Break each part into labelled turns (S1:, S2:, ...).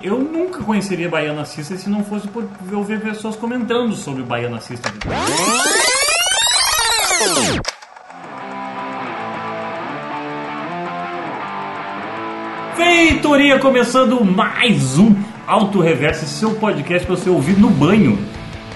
S1: Eu nunca conheceria Baiana System se não fosse por eu ver pessoas comentando sobre o Baiana System. Feitoria começando mais um Auto Reverso, seu podcast para você ouvir no banho.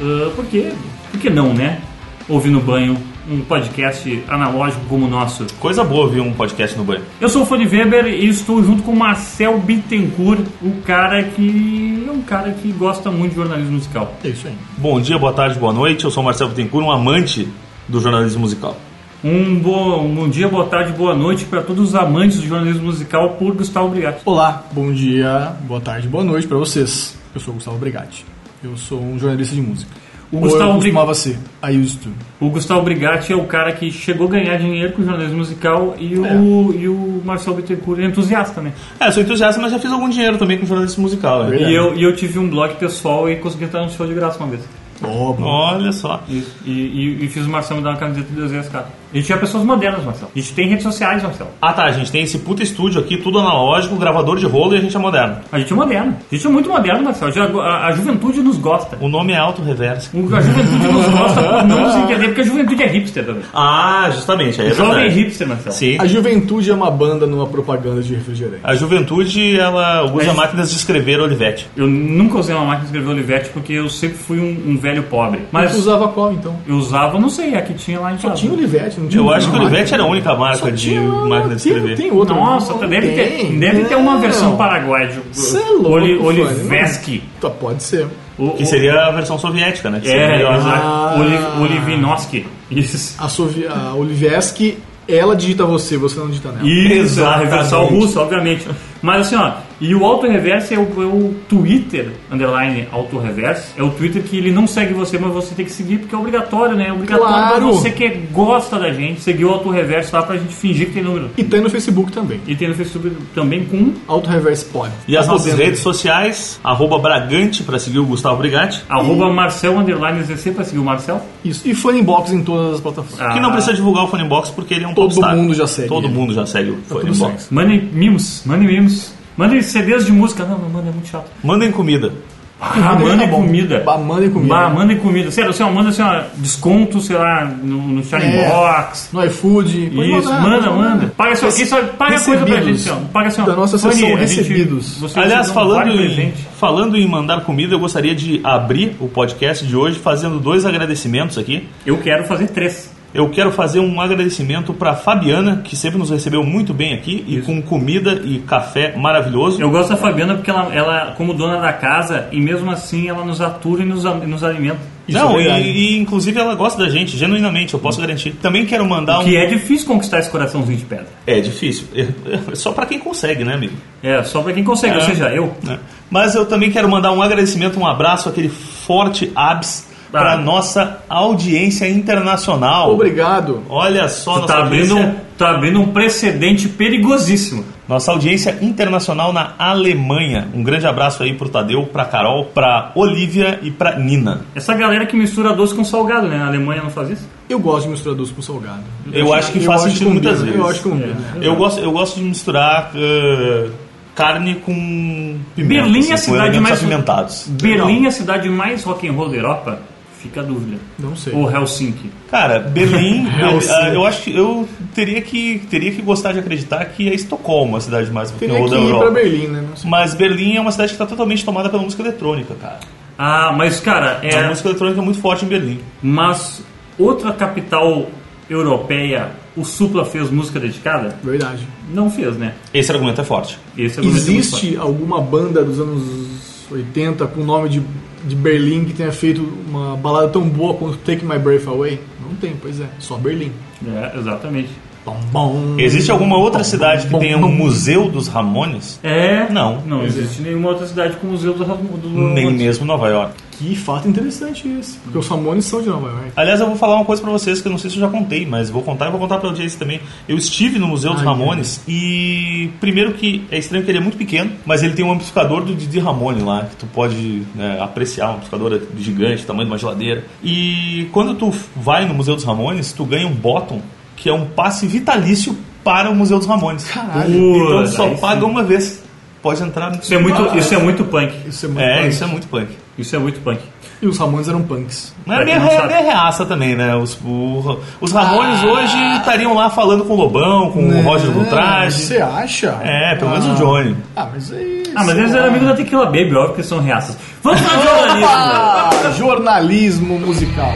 S1: Ah, por quê? Por que não, né? Ouvir no banho um podcast analógico como o nosso.
S2: Coisa boa ouvir um podcast no banho.
S1: Eu sou o Fone Weber e estou junto com o Marcel Bittencourt, o cara que é um cara que gosta muito de jornalismo musical.
S3: É isso aí.
S2: Bom dia, boa tarde, boa noite. Eu sou o Marcelo Bittencourt, um amante do jornalismo musical.
S1: Um bom, um bom dia, boa tarde, boa noite para todos os amantes do jornalismo musical por Gustavo Brigatti.
S3: Olá, bom dia, boa tarde, boa noite pra vocês. Eu sou o Gustavo Brigatti. Eu sou um jornalista de música. O
S1: Gustavo
S3: eu
S1: Brig-
S3: costumava ser. I used to.
S1: O Gustavo Brigatti é o cara que chegou a ganhar dinheiro com o jornalismo musical e o, e o Marcel Bittencourt é entusiasta, né?
S2: É, sou entusiasta, mas já fiz algum dinheiro também com jornalismo musical. né?
S3: Verdade.
S1: E eu, e eu tive um blog pessoal e consegui entrar num show de graça uma vez.
S3: Oh, bom.
S2: Olha só.
S1: E, e, e fiz o Marcel me dar uma camiseta de Deus e as caras. A gente é pessoas modernas, Marcel. A gente tem redes sociais, Marcel.
S2: Ah tá, a gente tem esse puta estúdio aqui, tudo analógico, gravador de rolo e a gente é moderno.
S1: A gente é moderno. A gente é muito moderno, Marcel. Já- A, a juventude nos gosta.
S2: O nome é Auto Reverso.
S1: O- A juventude nos gosta por não nos entender, porque a juventude é hipster também.
S2: Ah, justamente, aí é
S1: Jovem
S2: verdade.
S1: hipster, Marcel.
S2: Sim.
S3: A juventude é uma banda numa propaganda de refrigerante.
S2: A juventude, ela usa
S1: Mas-
S2: máquinas de escrever Olivetti.
S1: Eu nunca usei uma máquina de escrever Olivetti porque eu sempre fui um, um velho pobre. Mas
S3: Mas tu usava qual então?
S1: eu usava, não sei, a que tinha lá em
S3: Só
S1: casa.
S3: tinha o Olivetti, não tinha
S2: Eu acho que
S3: não,
S1: é
S2: Olivetti era a única
S3: Só
S2: marca de
S3: tinha um uma-
S2: máquina de
S3: tem-
S2: escrever.
S3: Tem outro.
S1: Nossa,
S3: Não,
S1: deve, ter,
S3: tem.
S1: deve ter uma versão
S3: Não.
S1: paraguaia de
S3: Cê é louco,
S1: Oli-
S3: Fanny,
S1: Oliveski.
S3: Tá, Pode ser.
S1: O-
S2: Que
S1: o-
S2: seria a versão soviética, né? Que seria
S1: É,
S2: melhor, né?
S1: exato.
S3: Ah.
S1: Oli- Olivinoski. Isso.
S3: A, Sovi... a Oliveski, ela digita você, você não digita nela.
S1: Isso, a
S2: Exatamente.
S1: reversal russa, obviamente. Mas assim, ó, e o Auto Reverse é o, é o Twitter, underline Auto Reverse, é o Twitter que ele não segue você, mas você tem que seguir porque é obrigatório, né? É obrigatório pra
S3: Claro.
S1: você que gosta da gente, seguir o Auto Reverse lá pra gente fingir que tem número.
S3: E tem no Facebook também.
S1: E tem no Facebook também com
S3: Auto Reverse Pod.
S2: E as
S3: Tá
S2: nossas
S3: podendo.
S2: redes sociais, arroba Bragante pra seguir o Gustavo Brigatti.
S1: arroba Marcel underline ZC pra seguir o Marcel.
S3: Isso. E Funny Box em todas as plataformas.
S2: Que não precisa divulgar o Funbox porque ele é um
S3: Ah. Todo
S2: popstar.
S3: mundo já segue
S2: Todo
S3: ele.
S2: mundo já segue o
S3: Tá tudo
S2: Funbox.
S3: certo.
S1: Mandem memes, mandem memes. Mandem CDs de música. Não, não manda, é muito chato.
S2: Mandem comida.
S1: Ah,
S3: tá
S1: mandem
S3: bom.
S1: comida.
S3: Bah, mandem comida. né?
S1: Bah, mandem comida. Sério, assim, ó, manda assim, ó, desconto, sei lá, no, no Shining
S3: É.
S1: Box.
S3: No iFood. pode
S1: Isso,
S3: mandar,
S1: manda,
S3: pode
S1: manda.
S3: mandar.
S1: Paga só aqui, só paga a coisa pra gente,
S3: Recebidos.
S1: senhor. Paga senhor.
S3: Da nossa
S1: Fone,
S3: sessão
S1: a gente-
S3: recebidos.
S1: vocês
S2: Aliás,
S1: dão
S2: falando
S1: vários
S2: em,
S1: presentes.
S2: falando em mandar comida, eu gostaria de abrir o podcast de hoje fazendo dois agradecimentos aqui.
S1: Eu quero fazer três.
S2: Eu quero fazer um agradecimento pra Fabiana, que sempre nos recebeu muito bem aqui e com comida e café maravilhoso.
S1: Eu gosto da Fabiana porque ela, ela, como dona da casa, e mesmo assim ela nos atura e nos, a- e nos alimenta.
S3: Isso
S2: Não,
S3: é
S2: e,
S3: verdade. Hum.
S2: e inclusive ela gosta da gente, genuinamente, eu posso garantir. Também quero mandar um.
S1: Que é difícil conquistar esse coraçãozinho de pedra.
S2: É difícil. É só pra quem consegue, né, amigo?
S1: É, Então, só pra quem consegue, ou
S2: É.
S1: seja, eu.
S2: né? Mas eu também quero mandar um agradecimento, um abraço, aquele forte abs
S1: Ah.
S2: para nossa audiência internacional.
S3: Obrigado.
S2: Olha só,
S1: Tu
S2: nossa,
S1: tá abrindo, um-
S2: audiência,
S1: tá abrindo um precedente perigosíssimo.
S2: nossa audiência internacional na Alemanha. Um grande abraço aí pro Tadeu, pra Carol, pra Olivia e pra Nina.
S1: Essa galera que mistura doce com salgado, né? A Alemanha não faz isso?
S3: Eu gosto de misturar doce com salgado.
S2: Eu acho que faz sentido
S3: combina,
S2: muitas vezes. É.
S3: Eu acho né? que combina.
S2: Eu gosto, eu gosto de misturar eh, carne com pimenta. assim,
S1: Berlim é a
S2: com
S1: cidade
S2: elementos
S1: mais-
S2: apimentados.
S1: Berlim é a cidade mais rock and roll da Europa? Fica a dúvida.
S3: Não sei.
S1: Ou Helsinki.
S2: Cara, Berlim,
S1: É
S3: Helsinki.
S2: ah, eu acho que eu teria que teria que gostar de acreditar que é Estocolmo a cidade mais rock and
S3: Teria
S2: roll
S3: que
S2: da
S3: ir pra
S2: Europa.
S3: Berlim, né? Não sei.
S2: Mas Berlim é uma cidade que está totalmente tomada pela música eletrônica, cara.
S1: Ah, mas cara,
S2: A
S1: é.
S2: música eletrônica é muito forte em Berlim.
S1: Mas outra capital europeia, o Supla fez música dedicada?
S3: Verdade.
S1: Não fez, né?
S2: Esse argumento é forte.
S1: Esse é o argumento muito forte.
S3: Existe alguma banda dos anos 80 com o nome de, de Berlim que tenha feito uma balada tão boa quanto Take My Breath Away? Não tem, pois é. Só Berlim.
S1: É, exatamente.
S3: Bom, bom.
S2: Existe alguma outra cidade que
S3: Hum. bom,
S2: tenha
S3: bom.
S2: um museu dos Ramones?
S1: É.
S2: Não.
S1: Não existe nenhuma outra cidade com o museu do, do
S2: Nem mesmo Nova York.
S3: Que fato interessante esse. Porque os Ramones são de Nova York.
S2: Aliás, eu vou falar uma coisa pra vocês que eu não sei se eu já contei, mas vou contar e vou contar pra audiência também. Eu estive no Museu dos
S3: Ai,
S2: Ramones e primeiro que é estranho que ele é muito pequeno, mas ele tem um amplificador do Didi Ramone lá, que tu pode né, apreciar, um amplificador gigante, tamanho de uma geladeira. E quando tu vai no Museu dos Ramones, tu ganha um bottom, que é um passe vitalício para o Museu dos Ramones.
S3: Caralho.
S2: Então
S1: Pô,
S2: tu só
S1: aí sim.
S2: paga uma vez. pode entrar no.
S1: Isso é muito, isso é muito punk.
S3: Isso é muito
S2: É,
S3: punk.
S2: isso é muito punk.
S1: Isso é muito punk.
S3: E os Ramones eram punks.
S2: Mas
S1: Pra
S2: é
S1: quem
S2: meio,
S1: não
S2: re-
S1: sabe.
S2: meio reaça também, né? Os, o- os Ramones hoje estariam lá falando com o Lobão, com o Roger do Traje.
S3: Né? Ah, Você acha?
S2: É, pelo menos o Johnny.
S3: Ah, mas é isso.
S1: Ah, mas eles eram amigos da Tequila Baby, óbvio que são reaças. Vamos para o jornalismo!
S3: Ah, jornalismo musical.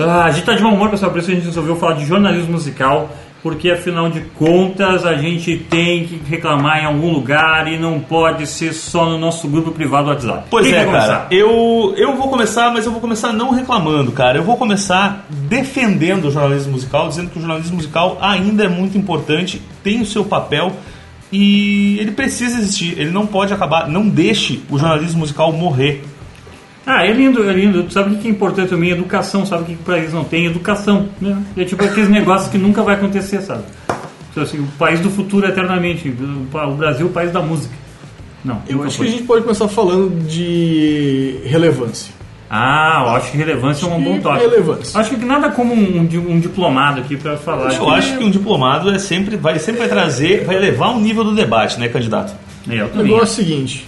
S1: Ah, a gente tá de mau humor, pessoal, por isso a gente resolveu falar de jornalismo musical, porque afinal de contas a gente tem que reclamar em algum lugar e não pode ser só no nosso grupo privado do WhatsApp.
S2: Pois
S1: Quem
S2: é,
S1: quer
S2: cara.
S1: começar?
S2: Eu, eu vou começar, mas eu vou começar não reclamando, cara. Eu vou começar defendendo o jornalismo musical, dizendo que o jornalismo musical ainda é muito importante, tem o seu papel e ele precisa existir. Ele não pode acabar. Não deixe o jornalismo musical morrer.
S1: Ah, é lindo, é lindo. Tu sabe o que que é importante também? Educação. Sabe o que que pra eles não tem? Educação. Né? É tipo aqueles negócios que nunca vai acontecer, sabe? Então, assim, o país do futuro eternamente. O Brasil, é o país da música. Não.
S3: Eu
S1: nunca
S3: acho que
S1: foi.
S3: a gente pode começar falando de relevância.
S1: Ah, eu acho que relevância é um
S3: Acho
S1: bom
S3: que
S1: tópico.
S3: relevância.
S1: Acho que nada como um, di- um diplomado aqui pra falar.
S2: Eu acho que um diplomado é sempre, vai, sempre vai trazer, vai elevar o nível do debate, né, candidato?
S1: É, eu
S3: O
S1: também.
S3: negócio é o seguinte: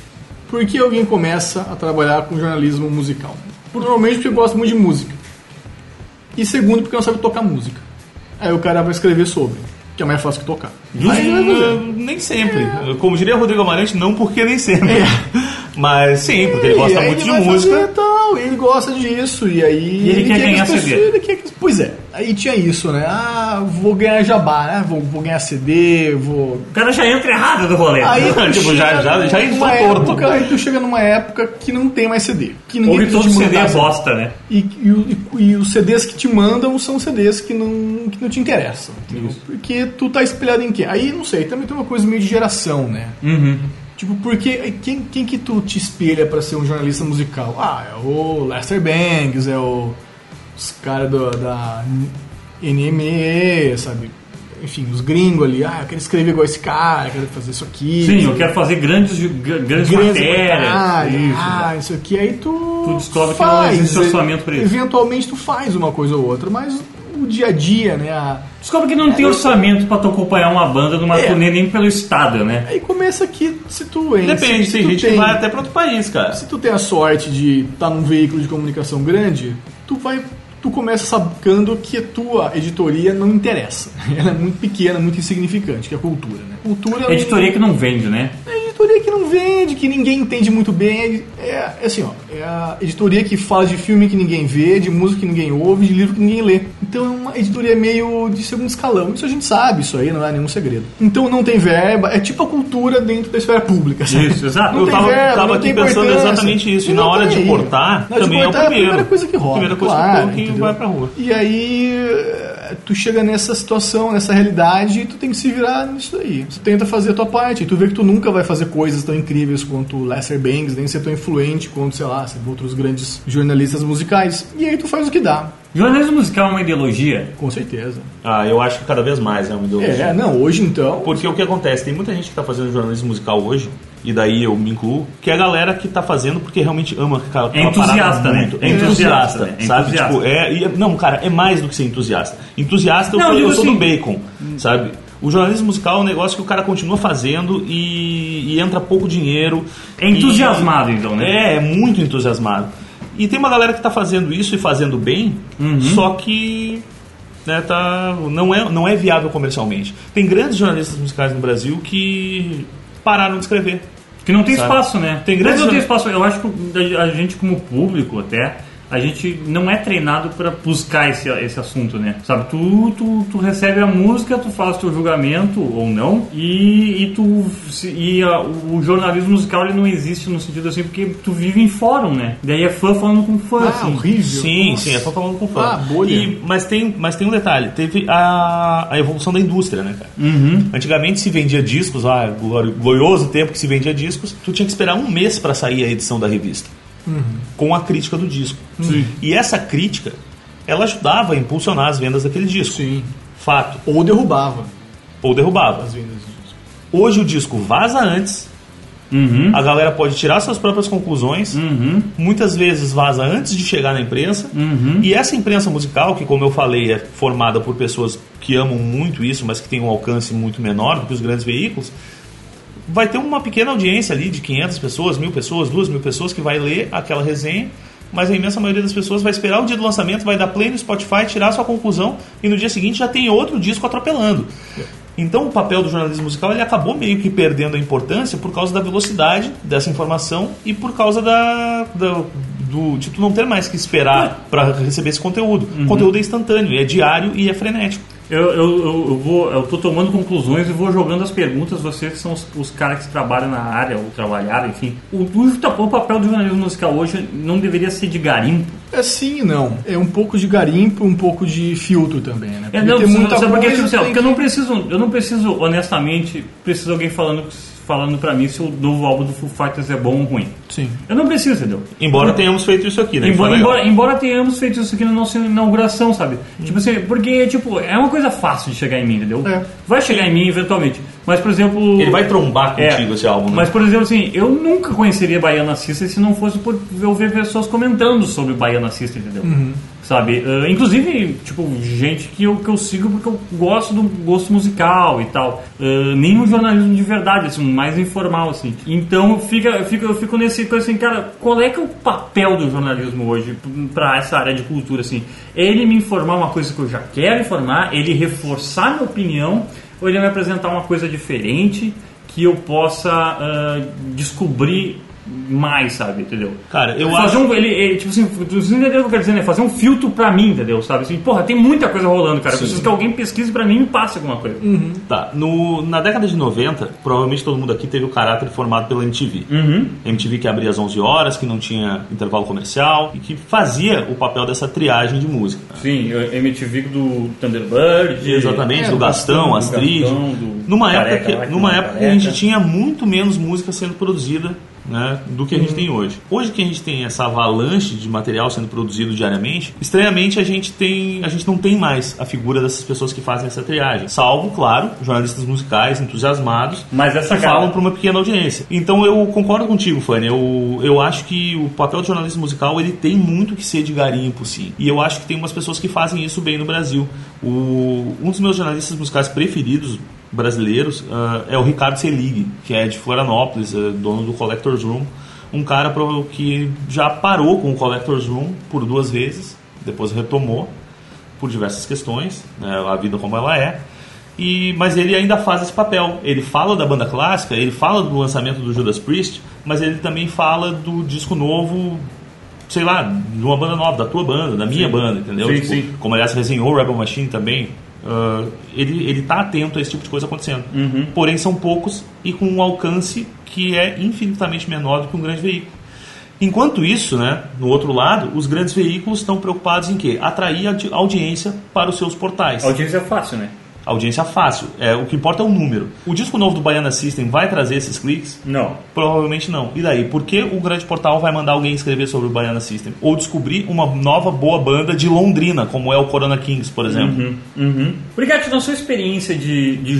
S3: por que alguém começa a trabalhar com jornalismo musical? Normalmente porque gosta muito de música. E segundo, porque não sabe tocar música. Aí o cara vai escrever sobre, que é mais fácil que tocar. Aí ele vai fazer. É.
S2: Hum, nem sempre. Como diria Rodrigo Amarante, não porque nem sempre. Mas sim, porque ele
S3: E
S2: gosta
S3: aí
S2: muito de
S3: vai
S2: música.
S3: fazer tal, e ele gosta disso, e aí.
S1: E ele quer ganhar
S3: que as
S1: CD.
S3: pessoas- ele quer que- Pois é, aí tinha isso, né? Ah, vou ganhar jabá, né? Vou, vou ganhar CD, vou.
S1: O cara já entra errado do rolê. né?
S3: Aí tu
S2: Tipo, já-
S3: chega
S2: já- já
S3: numa
S2: entrou torto.
S3: época, aí tu chega numa época que não tem mais CD. Que ninguém
S1: Ouve
S3: precisa
S1: todo
S3: te
S1: CD
S3: mandar
S1: é bosta, né?
S3: E, e o- e os CDs que te mandam são CDs que não, que não te interessam. entendeu? Porque tu tá espelhado em quê? Aí, não sei, também tem uma coisa meio de geração, né?
S1: Uhum.
S3: Tipo, porque quem, quem que tu te espelha pra ser um jornalista musical? Ah, é o Lester Bangs, é o, os caras do- da NME, sabe? Enfim, os gringos ali. Ah, eu quero escrever igual esse cara, eu quero fazer isso aqui.
S1: Sim, eu quero fazer grandes, gr- grandes
S3: Grandes
S1: matérias.
S3: batalhas,
S1: Isso.
S3: ah, isso aqui, aí tu.
S1: Tu descobre que não
S3: faz,
S1: existe orçamento pra isso.
S3: Eventualmente tu faz uma coisa ou outra, mas o dia a dia, né? a-
S1: Descobre que não tem orçamento pra tu acompanhar uma banda numa
S3: É.
S1: turnê nem pelo estado, né?
S3: Aí começa que se tu entra.
S2: Depende,
S3: se
S2: tem
S3: tu
S2: gente que vai até para outro país, cara.
S3: Se tu tem a sorte de estar num veículo de comunicação grande, tu vai. Tu começa sabendo que a tua editoria não interessa. Ela é muito pequena, muito insignificante, que é a cultura, né? Cultura não-
S1: Editoria que não vende, né?
S3: É a editoria que não vende, que ninguém entende muito bem. É, é assim, ó. É a editoria que fala de filme que ninguém vê, de música que ninguém ouve, de livro que ninguém lê. Então é uma editoria meio de segundo escalão. Isso a gente sabe, isso aí não é nenhum segredo. Então não tem verba, é tipo a cultura dentro da esfera pública, sabe?
S1: Isso, exato.
S3: Não
S2: eu
S3: tem
S2: tava,
S3: verba,
S2: tava
S3: não
S2: aqui
S3: tem
S2: pensando
S3: importância.
S2: exatamente isso. E
S3: E
S2: na
S3: não
S2: hora
S3: tem
S2: de
S3: aí.
S2: cortar,
S3: Na hora de
S2: também
S3: cortar
S2: é
S3: é
S2: o
S3: a
S2: primeiro.
S3: primeira coisa que rola,
S2: Primeira coisa
S3: claro,
S2: que, que
S3: entendeu?
S2: vai pra rua.
S3: E aí eh, tu chega nessa situação, nessa realidade, e tu tem que se virar nisso aí. Tu tenta fazer a tua parte, e tu vê que tu nunca vai fazer coisas tão incríveis quanto o Lester Bangs, nem ser tão influente quanto, sei lá, sabe, outros grandes jornalistas musicais. E aí tu faz o que dá,
S1: Jornalismo musical é uma ideologia.
S3: com certeza.
S2: Ah, eu acho que cada vez mais é uma ideologia.
S3: É, não, hoje então.
S2: Porque o que acontece? Tem muita gente que tá fazendo jornalismo musical hoje, e daí eu me incluo, que é a galera que tá fazendo porque realmente ama aquela, aquela
S1: É entusiasta,
S2: parada
S1: né?
S2: muito. É
S1: É entusiasta,
S2: entusiasta,
S1: né? É
S2: sabe?
S1: entusiasta.
S2: Tipo, é, e é- não, cara, é mais do que ser entusiasta. Entusiasta eu
S1: Não,
S2: sou- eu,
S1: digo
S2: sou
S1: assim-
S2: do bacon, sabe? O jornalismo musical é um negócio que o cara continua fazendo e, e entra pouco dinheiro.
S1: É entusiasmado, então, né?
S2: É, é muito entusiasmado. E tem uma galera que tá fazendo isso e fazendo bem,
S1: Uhum.
S2: só que né, tá, não, é, não é viável comercialmente. Tem grandes jornalistas musicais no Brasil que pararam de escrever.
S1: Que não tem
S2: Sabe?
S1: espaço, né?
S2: Tem
S1: Mas
S2: grandes-
S1: não tem espaço. Eu acho que a gente, como público até, a gente não é treinado para buscar esse, esse assunto, né? Sabe, tu, tu, tu recebe a música, tu faz teu julgamento ou não, e, e tu se- e a- o jornalismo musical ele não existe no sentido assim, porque tu vive em fórum, né? Daí é fã falando com fã,
S3: Ah,
S1: assim.
S3: horrível.
S2: Sim,
S3: Nossa.
S2: sim, é só falando com fã.
S3: Ah, bolha.
S2: E- mas, tem, mas tem um detalhe, teve a, a evolução da indústria, né, cara?
S3: Uhum.
S2: Antigamente se vendia discos, ah, glori- glorioso tempo que se vendia discos, tu tinha que esperar um mês pra sair a edição da revista.
S3: Uhum.
S2: Com a crítica do disco. E essa crítica, ela ajudava a impulsionar as vendas daquele disco.
S3: Sim.
S2: Fato.
S3: Ou derrubava
S2: Ou derrubava.
S3: as vendas. disso.
S2: Hoje o disco vaza antes,
S1: Uhum.
S2: A galera pode tirar suas próprias conclusões,
S1: Uhum.
S2: muitas vezes vaza antes de chegar na imprensa.
S1: Uhum.
S2: E essa imprensa musical, que como eu falei, é formada por pessoas que amam muito isso, mas que tem um alcance muito menor do que os grandes veículos, vai ter uma pequena audiência ali de 500 pessoas, mil pessoas, duas mil pessoas que vai ler aquela resenha, mas a imensa maioria das pessoas vai esperar o dia do lançamento, vai dar play no Spotify, tirar sua conclusão e no dia seguinte já tem outro disco atropelando. Então o papel do jornalismo musical ele acabou meio que perdendo a importância por causa da velocidade dessa informação e por causa da, da- do de tu não ter mais que esperar para receber esse conteúdo. O conteúdo é instantâneo, é diário e é frenético.
S1: Eu, eu, eu, eu vou, eu tô tomando conclusões e vou jogando as perguntas, vocês que são os, os caras que trabalham na área ou trabalharam, enfim. O Dujo tapou o papel do jornalismo musical hoje, não deveria ser de garimpo.
S3: É sim e não. É um pouco de garimpo, um pouco de filtro também, né?
S1: É, não,
S3: tem muita
S1: sabe por quê? Tipo
S3: coisa,
S1: assim, ó,
S3: tem
S1: porque eu não preciso, eu não preciso, honestamente, preciso alguém falando, falando pra mim se o novo álbum do Foo Fighters é bom ou ruim.
S3: que- Sim.
S1: Eu não preciso, entendeu?
S2: Embora tenhamos feito isso aqui, né? Que
S1: Embora,
S2: foi legal.
S1: embora, embora tenhamos feito isso aqui na nossa inauguração, sabe?
S3: Hum.
S1: Tipo assim, porque tipo, é uma coisa fácil de chegar em mim, entendeu?
S3: É.
S1: Vai chegar em mim eventualmente. Mas, por exemplo.
S2: Ele vai trombar
S1: É,
S2: contigo esse álbum, né?
S1: Mas, por exemplo, assim, eu nunca conheceria Baiana Cista se não fosse por eu ver pessoas comentando sobre Baiana Cista, entendeu?
S2: Uhum.
S1: Sabe? Ah, inclusive, tipo, gente que eu, que eu sigo porque eu gosto do gosto musical e tal. Ah, nem um jornalismo de verdade, assim, mais informal, assim. Então, fica, eu fico, eu fico nesse coisa assim, cara, qual é que é o papel do jornalismo hoje pra essa área de cultura, assim? É Ele me informar uma coisa que eu já quero informar, ele reforçar minha opinião, ou ele me apresentar uma coisa diferente, que eu possa ah, descobrir mais, sabe, entendeu?
S2: Cara, eu
S1: fazer
S2: acho-
S1: um, ele, ele, tipo assim, você entendeu o que eu quero dizer, né? Fazer um filtro pra mim, entendeu? Sabe assim, porra, tem muita coisa rolando, cara. Eu
S2: Sim.
S1: preciso que alguém pesquise pra mim e me passe alguma coisa.
S2: Tá, no, na década de 90, provavelmente todo mundo aqui teve o caráter formado pela MTV. MTV que abria às 11 horas, que não tinha intervalo comercial e que fazia o papel dessa triagem de música.
S1: Sim, MTV do Thunderbird.
S2: Exatamente,
S3: É,
S2: do
S3: do
S2: Gastão,
S1: Gastão,
S2: Astrid.
S1: do Gastão, do
S2: numa
S1: Careca
S2: época,
S1: lá,
S2: que,
S1: que
S2: numa
S1: não é
S2: época que a
S1: careca.
S2: gente tinha muito menos música sendo produzida né, do que a gente tem hoje. Hoje que a gente tem essa avalanche de material sendo produzido diariamente, estranhamente a gente tem, a gente não tem mais a figura dessas pessoas que fazem essa triagem. Salvo, claro, jornalistas musicais entusiasmados
S1: Mas essa
S2: que um
S1: cara-
S2: falam para uma pequena audiência. Então eu concordo contigo, Fanny. Eu, eu acho que o papel do jornalismo musical ele tem muito que ser de garimpo, sim. E eu acho que tem umas pessoas que fazem isso bem no Brasil. O, um dos meus jornalistas musicais preferidos brasileiros ah, é o Ricardo Selig, que é de Florianópolis, é dono do Collector's Room. Um cara pro- que já parou com o Collector's Room por duas vezes, depois retomou por diversas questões, né, a vida como ela é. E, mas ele ainda faz esse papel. Ele fala da banda clássica, ele fala do lançamento do Judas Priest, mas ele também fala do disco novo, sei lá, de uma banda nova, da tua banda, da minha banda, entendeu?
S1: Sim,
S2: Tipo,
S1: sim.
S2: Como aliás resenhou o Rebel Machine também. ah, ele, ele tá atento a esse tipo de coisa acontecendo.
S1: Uhum.
S2: Porém, são poucos e com um alcance que é infinitamente menor do que um grande veículo. Enquanto isso, né, no outro lado, os grandes veículos estão preocupados em quê? Atrair audi- audiência para os seus portais.
S1: A audiência é fácil, né?
S2: Audiência fácil. É, o que importa é o número. O disco novo do Baiana System vai trazer esses cliques?
S1: Não.
S2: Provavelmente não. E daí? Por que o grande portal vai mandar alguém escrever sobre o Baiana System? Ou descobrir uma nova boa banda de Londrina, como é o Corona Kings, por exemplo?
S1: Uhum. Obrigado, na sua experiência de, de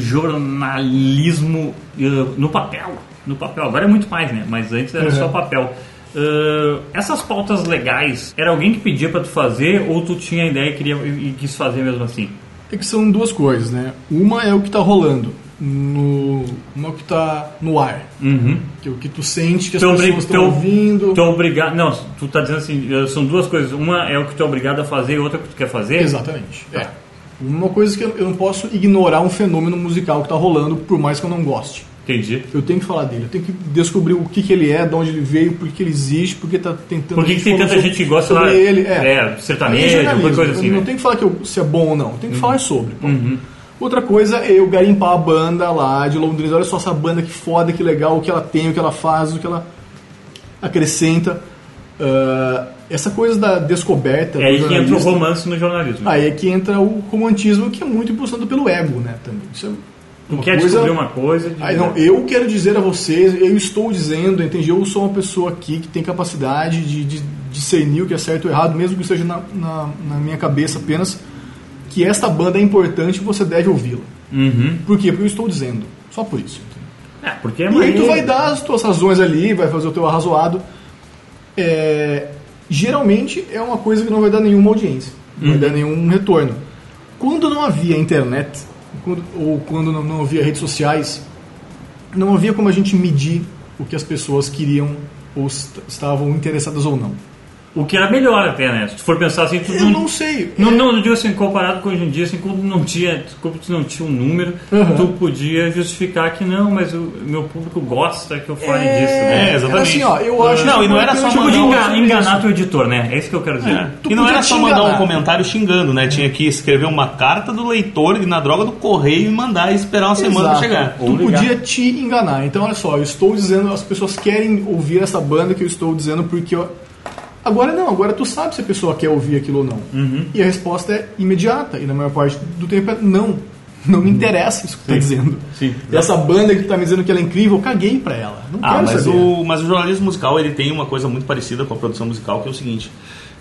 S1: jornalismo eh, no papel, no papel, agora é muito mais, né? Mas antes
S3: Uhum.
S1: era só papel. Eh, essas pautas legais, era alguém que pedia pra tu fazer ou tu tinha ideia e, queria, e, e quis fazer mesmo assim?
S3: É que são duas coisas, né? Uma é o que tá rolando. No... Uma é o que tá no ar.
S1: Uhum.
S3: Que é o que tu sente, que as
S1: Tu é obri-
S3: pessoas estão
S1: tu-
S3: ouvindo.
S1: tu é obrigado. Não, tu tá dizendo assim, eh, são duas coisas. Uma é o que tu é obrigado a fazer e outra é o que tu quer fazer.
S3: Exatamente.
S1: Tá.
S3: É. Uma coisa que eu eu não posso ignorar um fenômeno musical que tá rolando, por mais que eu não goste.
S1: Entendi.
S3: Eu tenho que falar dele, eu tenho que descobrir o que, que ele é, de onde ele veio, por que que ele existe, por que tá tentando.
S1: Por que que tem
S3: falando
S1: tanta
S3: sobre-
S1: gente que gosta
S3: sobre
S1: lá-
S3: ele? É,
S1: é, sertanejo,
S3: Aí é jornalismo,
S1: qualquer coisa assim,
S3: Eu não
S1: né? Uhum.
S3: tenho que falar que eu- se é bom ou não, eu tenho que falar sobre. pô. Outra coisa é eu garimpar a banda lá de Londres, olha só essa banda que foda, que legal, o que ela tem, o que ela faz, o que ela acrescenta. Ah, essa coisa da descoberta.
S1: É
S3: do
S1: aí que entra o
S3: jornalista-
S1: romance no jornalismo.
S3: Aí é que entra o romantismo que é muito impulsionado pelo ego, né? Também. Isso é
S1: tu
S3: uma
S1: quer descobrir uma coisa. de-
S3: Aí, não, eu quero dizer a vocês, eu estou dizendo, entende? Eu sou uma pessoa aqui que tem capacidade de, de discernir o que é certo ou errado, mesmo que seja na, na, na minha cabeça apenas, que esta banda é importante e você deve ouvi-la.
S1: Uhum.
S3: Por quê? Porque eu estou dizendo. Só por isso. entendeu?
S1: É, porque é
S3: E aí tu
S1: maneiro.
S3: vai dar as tuas razões ali, vai fazer o teu arrazoado. É, geralmente é uma coisa que não vai dar nenhuma audiência, não
S2: Hum.
S3: vai dar nenhum retorno. Quando não havia internet, quando- ou quando não, não havia redes sociais, não havia como a gente medir o que as pessoas queriam ou est- estavam interessadas ou não.
S1: O que era melhor até, né? Se tu for pensar assim, tu
S3: Eu
S2: Hum.
S3: não sei.
S1: Não, não, eu digo assim, comparado com hoje em dia, assim, quando não tinha, quando tu não tinha um número,
S3: Uhum.
S1: tu podia justificar que não, mas o meu público gosta que eu fale
S3: É, um
S1: disso, né?
S2: É, exatamente.
S3: Assim, ó, eu acho
S2: Não, e não era só
S3: importante-
S2: uma-
S1: Tipo de
S2: não,
S1: enganar,
S3: sobre
S1: enganar teu editor, né? É isso que eu quero dizer.
S2: É.
S3: Tu
S2: E não
S3: podia
S2: era
S3: te
S2: só mandar
S3: enganar.
S2: um comentário xingando, né? Tinha que escrever uma carta do leitor e na droga do correio e mandar e esperar uma semana pra
S3: Exato.
S2: chegar.
S1: Ou
S3: Tu
S1: ligar.
S3: podia te enganar. Então, olha só, eu estou dizendo, as pessoas querem ouvir essa banda que eu estou dizendo porque eu... Agora não, agora tu sabe se a pessoa quer ouvir aquilo ou não. E a resposta é imediata, e na maior parte do tempo é não. Não me interessa isso que tu tá dizendo.
S1: Sim.
S3: Essa banda que tu tá me dizendo que ela é incrível, eu caguei pra ela. Não
S2: Ah,
S3: quero
S2: mas
S3: saber.
S2: o, mas o jornalismo musical ele tem uma coisa muito parecida com a produção musical, que é o seguinte: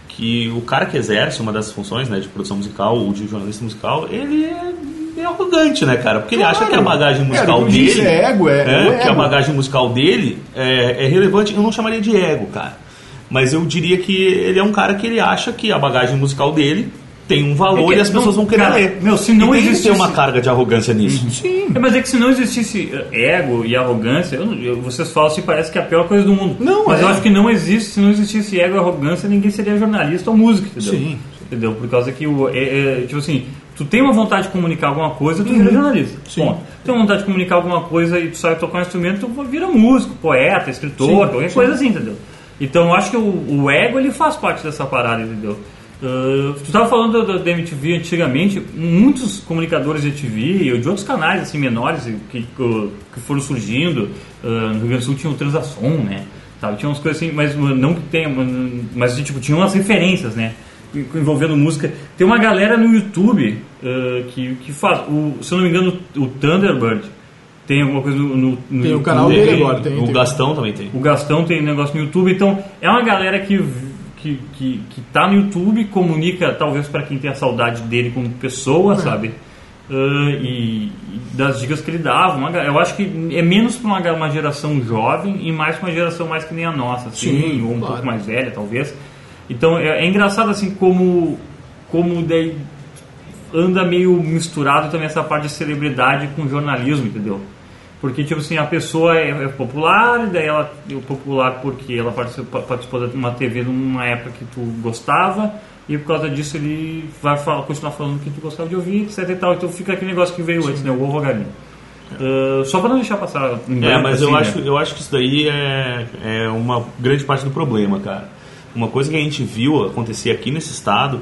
S2: que o cara que exerce uma dessas funções, né, de produção musical ou de jornalista musical, ele é meio arrogante, né, cara? Porque ele
S3: Claro.
S2: acha que a bagagem
S3: É,
S2: musical
S3: o que eu
S2: dele. né,
S3: disse, é ego, é- é o
S2: que a
S3: ego.
S2: bagagem musical dele é, é relevante. Eu não chamaria de ego, cara. Mas eu diria que ele é um cara que ele acha que a bagagem musical dele tem um valor
S1: É que
S2: e as
S1: não-
S2: pessoas vão querer
S1: cara,
S2: ler.
S1: meu, se não
S2: e tem que
S1: existisse-
S2: ter uma carga de arrogância nisso.
S3: Sim.
S1: É, mas é que se não existisse eh, ego e arrogância, eu não- eu- vocês falam assim, parece que é a pior coisa do mundo.
S3: Não,
S1: mas
S3: é.
S1: eu acho que não existe, se não existisse ego e arrogância, ninguém seria jornalista ou músico, entendeu?
S3: Sim.
S1: Entendeu? Por causa que, o, é, é, tipo assim, tu tem uma vontade de comunicar alguma coisa, tu vira jornalista.
S3: Uhum. Sim.
S1: Ponto. Tem uma vontade de comunicar alguma coisa e tu sabe tocar um instrumento, tu vira músico, poeta, escritor,
S3: Sim,
S1: qualquer coisa assim, entendeu? Então eu acho que o, o ego ele faz parte dessa parada, entendeu? Ah, tu tava falando da, da MTV antigamente, muitos comunicadores de TV ou de outros canais assim menores e que, que, que foram surgindo, ah, no Rio Grande do Sul tinha o Transação, né? Sabe? Tinha umas coisas assim, mas uh, não que tenha, uh, mas tipo, tinha umas referências, né? Envolvendo música. Tem uma galera no YouTube ah, que, que faz, o, se eu não me engano, o Thunderbird tem alguma coisa no, no, no
S3: Tem o
S1: YouTube.
S3: canal
S2: Tem-
S3: dele agora, tem-
S2: Uhum. o
S3: tem.
S2: Gastão também tem.
S1: O Gastão tem negócio no YouTube, então é uma galera que que, que, que tá no YouTube, comunica talvez para quem tem a saudade dele como pessoa,
S3: É.
S1: sabe? Ah, e, e das dicas que ele dava. Uma ga- eu acho que é menos para uma, ga- uma geração jovem e mais pra uma geração mais que nem a nossa, assim,
S3: Sim,
S1: ou um
S3: claro.
S1: pouco mais velha, talvez. Então é, é engraçado assim como como daí anda meio misturado também essa parte de celebridade com jornalismo, entendeu? Porque, tipo assim, a pessoa é, é popular, e daí ela é popular porque ela participou, participou de uma TV numa época que tu gostava, e por causa disso ele vai falar, continuar falando o que tu gostava de ouvir, etc e tal. Então fica aquele negócio que veio antes, né? O ovo ou a galinha. Ah, só pra não deixar passar em
S2: É,
S1: branco,
S2: mas
S1: assim,
S2: eu,
S1: né?
S2: acho, eu acho que isso daí é, é uma grande parte do problema, cara. Uma coisa que a gente viu acontecer aqui nesse estado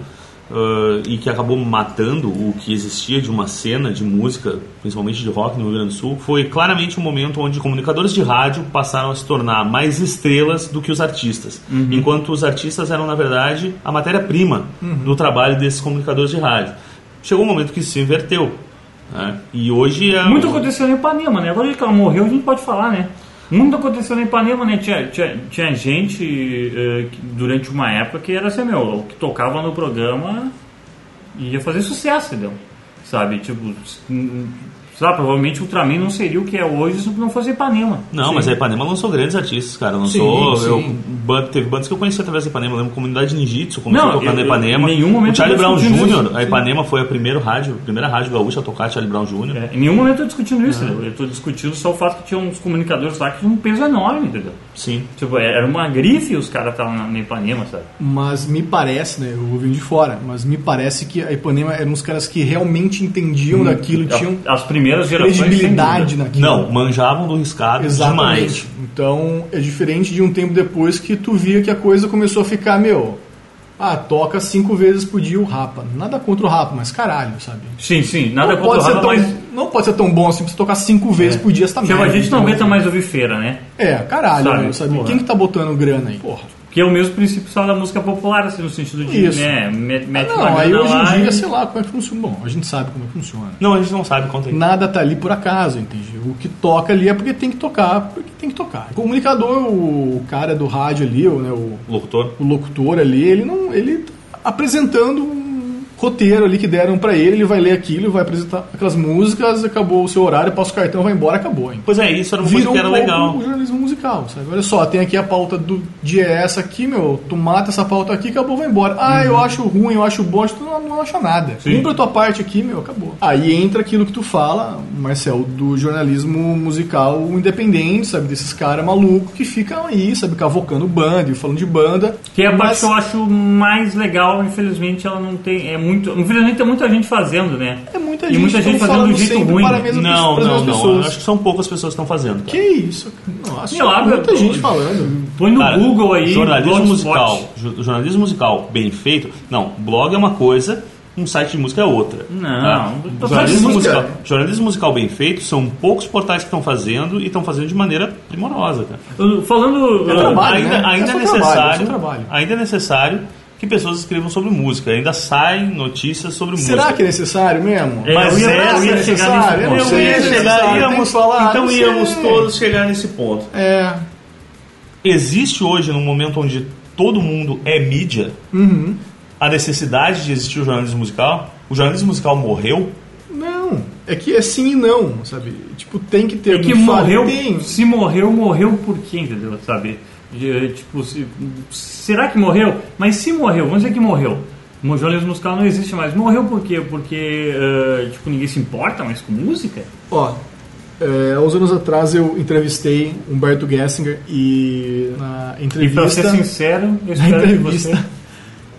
S2: ãh, e que acabou matando o que existia de uma cena de música, principalmente de rock no Rio Grande do Sul, foi claramente um momento onde comunicadores de rádio passaram a se tornar mais estrelas do que os artistas.
S1: Uhum.
S2: Enquanto os artistas eram, na verdade, a matéria-prima
S1: Uhum.
S2: do trabalho desses comunicadores de rádio. Chegou um momento que isso se inverteu. né? E hoje é.
S1: Muito aconteceu em Ipanema, né? Agora que ela morreu, a gente pode falar, né? Muito aconteceu em Ipanema, né? Tinha, tinha, tinha gente eh, que- durante uma época que era assim, meu, o que tocava no programa ia fazer sucesso, entendeu? Sabe? Tipo, s- n- sei lá, provavelmente Ultraman não seria o que é hoje se não fosse Ipanema.
S2: Não, mas é- a Ipanema lançou grandes artistas, cara. Lançou.
S3: Sim,
S2: eu-
S3: sim.
S2: ban- teve bandas que eu conheci através da Ipanema. Eu lembro comunidade Ninjitsu, começou
S1: Não,
S2: tocando
S1: eu-
S2: na
S1: eu-
S2: Ipanema.
S1: em nenhum momento
S2: o Charlie
S1: eu
S2: Brown
S1: discuti
S2: Jr.,
S1: isso.
S2: a Ipanema foi a primeira rádio, a primeira rádio gaúcha a tocar Charlie Brown Jr.
S1: É, em nenhum momento eu tô discutindo isso, entendeu? Eu tô discutindo só o fato que tinha uns comunicadores lá que tinham um peso enorme, entendeu?
S2: Sim.
S1: Tipo, era uma grife os caras estavam na, na Ipanema, sabe?
S3: Mas me parece, né? Eu vim de fora, mas me parece que a Ipanema eram uns caras que realmente entendiam daquilo, tinham
S1: As primeiras gerações. sem
S3: um credibilidade né?
S1: dúvida.
S3: naquilo.
S2: Não, manjavam do riscado
S3: Exatamente.
S2: demais.
S3: Então é diferente de um tempo depois que tu via que a coisa começou a ficar, meu. Ah, toca cinco vezes por dia o Rapa. Nada contra o Rapa, mas caralho, sabe?
S1: Sim, sim, nada
S3: não,
S1: contra
S3: pode
S1: o
S3: ser
S1: Rafa,
S3: tão,
S1: mas
S3: não pode ser tão bom assim pra você tocar cinco vezes por dia esta
S1: tipo,
S3: merda.
S1: a gente não
S3: então-
S1: aguenta mais ouvir feira, né?
S3: É, caralho,
S1: Sabe,
S3: meu, sabe?
S1: porra.
S3: Quem que tá botando grana aí? Porra.
S1: Que é o mesmo princípio só da música popular, assim, no sentido de,
S3: Isso. Ah,
S1: né, me- mete uma
S3: Não, aí
S1: grana
S3: hoje
S1: lá
S3: em dia,
S1: e-
S3: sei lá, como é que funciona. Bom, a gente sabe como é que funciona.
S2: Não, a gente não sabe quanto é.
S3: Nada tá ali por acaso, entende? O que toca ali é porque tem que tocar, porque tem que tocar. O comunicador, o cara do rádio ali, o, né, o,
S2: Locutor.
S3: o locutor ali, ele não. ele tá apresentando um, roteiro ali que deram pra ele, ele vai ler aquilo, vai apresentar aquelas músicas, acabou o seu horário, passa o cartão, vai embora, acabou. Hein?
S2: Pois é, isso era uma coisa
S3: Virou
S2: que
S3: um
S2: era
S3: pouco
S2: legal.
S3: o jornalismo musical, sabe? Olha só, tem aqui a pauta do dia é essa aqui, meu, tu mata essa pauta aqui, acabou, vai embora. Ah, eu acho ruim, eu acho bom, tu não, não acha nada.
S1: Sim.
S3: Cumpra a tua parte aqui, meu, acabou. Aí entra aquilo que tu fala, Marcel, do jornalismo musical independente, sabe? Desses caras malucos que ficam aí, sabe, cavocando banda e falando de banda.
S1: Que é a parte
S3: Mas-
S1: que eu acho mais legal, infelizmente ela não tem. É muito, infelizmente tem muita gente fazendo, né?
S3: É muita
S1: E
S3: gente,
S1: muita gente
S3: então,
S1: fazendo
S3: falando
S1: do jeito
S3: sempre
S1: ruim.
S3: para a mesma
S2: Não,
S3: para as
S2: não,
S3: mesmas
S2: não. Eu
S3: pessoas.
S2: acho que são poucas pessoas que estão fazendo. Cara.
S3: Que isso, cara. Nossa,
S1: Sei lá,
S3: muita
S1: meu,
S3: gente
S1: eu-
S3: falando.
S1: Põe no
S2: Cara,
S1: Google aí.
S2: Jornalismo
S1: Blogspot.
S2: musical. Ju- Jornalismo musical bem feito. Não, blog é uma coisa, um site de música é outra.
S1: Não,
S2: Tá?
S1: tô
S2: jornalismo,
S1: falando de
S3: música.
S2: musical, jornalismo musical bem feito, são poucos portais que estão fazendo e estão fazendo de maneira primorosa, cara.
S1: Uh, Falando.
S3: É
S1: uh,
S3: trabalho.
S2: ainda,
S3: né?
S2: ainda
S3: É
S2: é
S3: só
S2: necessário,
S3: trabalho, é só trabalho.
S2: ainda é necessário que pessoas escrevam sobre música. Ainda saem notícias sobre
S3: Será
S2: música.
S3: que é necessário mesmo?
S1: É,
S2: Mas
S1: eu ia,
S2: essa
S1: eu ia
S2: é
S1: chegar
S3: necessária,
S1: nesse
S3: eu
S1: ponto.
S2: Eu
S3: sei,
S2: ia
S3: é
S2: chegar,
S3: necessário, tem
S2: íamos,
S3: que falar,
S2: então
S3: não sei.
S2: íamos todos chegar nesse ponto.
S3: É.
S2: Existe hoje, num momento onde todo mundo é mídia,
S3: Uhum.
S2: a necessidade de existir o jornalismo musical? O jornalismo musical morreu?
S3: Não. É que é sim e não, sabe? Tipo, tem que ter.
S1: É que
S3: alguém fala,
S1: morreu,
S3: Tem.
S1: se morreu, morreu por quê, entendeu? Sabe? De, Tipo, se- será que morreu? Mas se morreu, vamos dizer que morreu. O jornalismo musical não existe mais. Morreu por quê? Porque, eh, tipo, ninguém se importa mais com música?
S3: Ó, é, há uns anos atrás eu entrevistei Humberto Gessinger e
S1: E
S3: na
S1: pra
S3: entrevista.
S1: ser sincero, eu
S3: na
S1: espero que você...
S3: entrevista.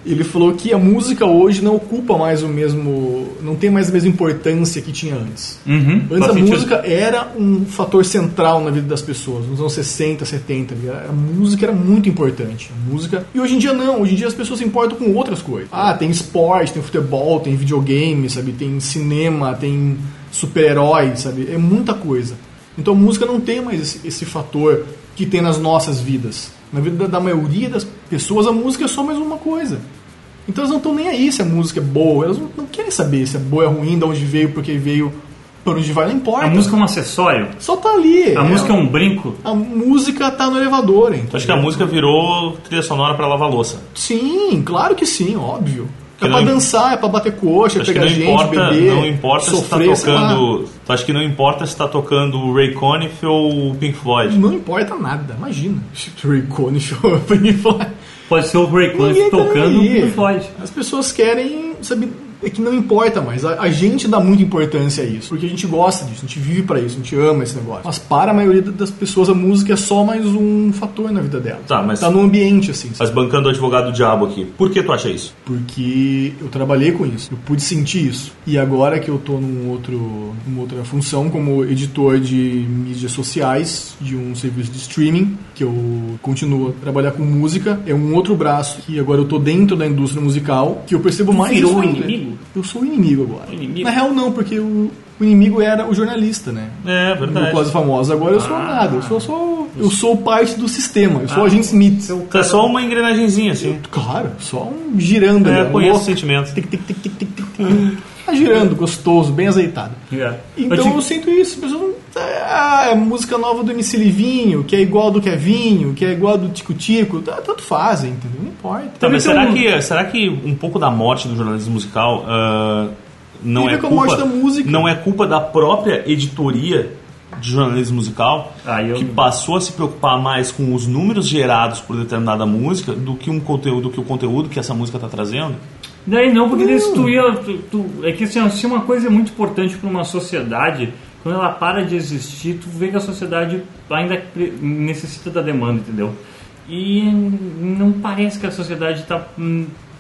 S3: Ele falou que a música hoje não ocupa mais o mesmo. não tem mais a mesma importância que tinha antes.
S1: Uhum,
S3: Antes
S1: faz
S3: a
S1: sentido.
S3: música era um fator central na vida das pessoas, nos anos 60, 70. era- A música era muito importante. A música. E hoje em dia não, hoje em dia as pessoas se importam com outras coisas. Ah, tem esporte, tem futebol, tem videogame, sabe? Tem cinema, tem super-herói, sabe? É muita coisa. Então a música não tem mais esse, esse fator que tem nas nossas vidas. Na vida da, da maioria das pessoas, a música é só mais uma coisa. Então elas não estão nem aí se a música é boa, elas não, não querem saber se é boa, é ruim, de onde veio, por que veio, por onde vai, não importa.
S1: A música é um acessório.
S3: Só tá ali.
S1: A música é um brinco.
S3: A música tá no elevador, então.
S2: Tu acha que é a música virou trilha sonora pra lavar louça?
S3: Sim, claro que sim, óbvio.
S2: Que
S3: é
S2: não
S3: pra
S2: im-
S3: dançar, é pra bater coxa, é
S2: Acho que
S3: pegar
S2: não
S3: gente,
S2: importa,
S3: beber,
S2: não importa
S3: sofrer,
S2: se
S3: sei
S2: tá
S3: lá.
S2: tocando. Tu acha que não importa se tá tocando Ray Conniff ou Pink Floyd?
S3: Não importa nada, imagina. Ray Conniff, Pink Floyd.
S1: Pode ser o Ray Conniff
S3: Ninguém tá nem
S1: tocando o
S3: aí.
S1: Pink Floyd.
S3: As pessoas querem, sabe, é que não importa mais. A, a gente dá muita importância a isso, porque a gente gosta disso, a gente vive pra isso, a gente ama esse negócio. Mas para a maioria da- das pessoas a música é só mais um fator na vida dela.
S2: Tá, mas-
S3: tá no ambiente assim. sabe?
S2: Mas bancando o advogado do diabo aqui. Por que tu acha isso?
S3: Porque eu trabalhei com isso, eu pude sentir isso. E agora que eu tô num outro, numa outra função como editor de mídias sociais de um serviço de streaming, que eu continuo a trabalhar com música, é um outro braço que agora eu tô dentro da indústria musical, que eu percebo mais
S1: virou
S3: isso
S1: o
S3: ainda.
S1: inimigo?
S3: Eu sou o inimigo agora.
S1: O inimigo?
S3: Na real não, porque o, o inimigo era o jornalista, né?
S2: É,
S3: No
S2: verdade.
S3: Quase Famosa, agora eu sou nada, eu sou, só eu sou parte do sistema, eu sou o
S1: Ah.
S3: agente Smith.
S2: Tu é só uma engrenagenzinha, assim.
S3: Claro, só um girando,
S2: É,
S3: né?
S2: conheço
S3: Louco.
S2: o sentimento.
S3: Tic, tic, tic, tic, tic, tic, tic. Tá girando, gostoso, bem azeitado.
S1: É.
S3: Então eu,
S1: Eu te-
S3: sinto isso, as pessoas não- Ah, é música nova do MC Livinho, que é igual do Kevinho, que é igual do Tico Tico, tá- tanto fazem, entendeu? Não importa.
S2: Tá, mas
S1: Também
S2: será,
S1: tem
S2: que, será que um pouco da morte do jornalismo musical ah, não
S3: Tem a
S2: é
S3: ver com a
S2: culpa,
S3: morte da música.
S2: Não é culpa da própria editoria de jornalismo musical
S1: Ah, eu-
S2: que passou a se preocupar mais com os números gerados por determinada música do que um conteúdo do que o conteúdo que essa música está trazendo?
S1: Daí não, porque daí se tu ia. tu- tu- é que assim, se uma coisa é muito importante para uma sociedade, quando ela para de existir, tu vê que a sociedade ainda pre- necessita da demanda, entendeu? E não parece que a sociedade está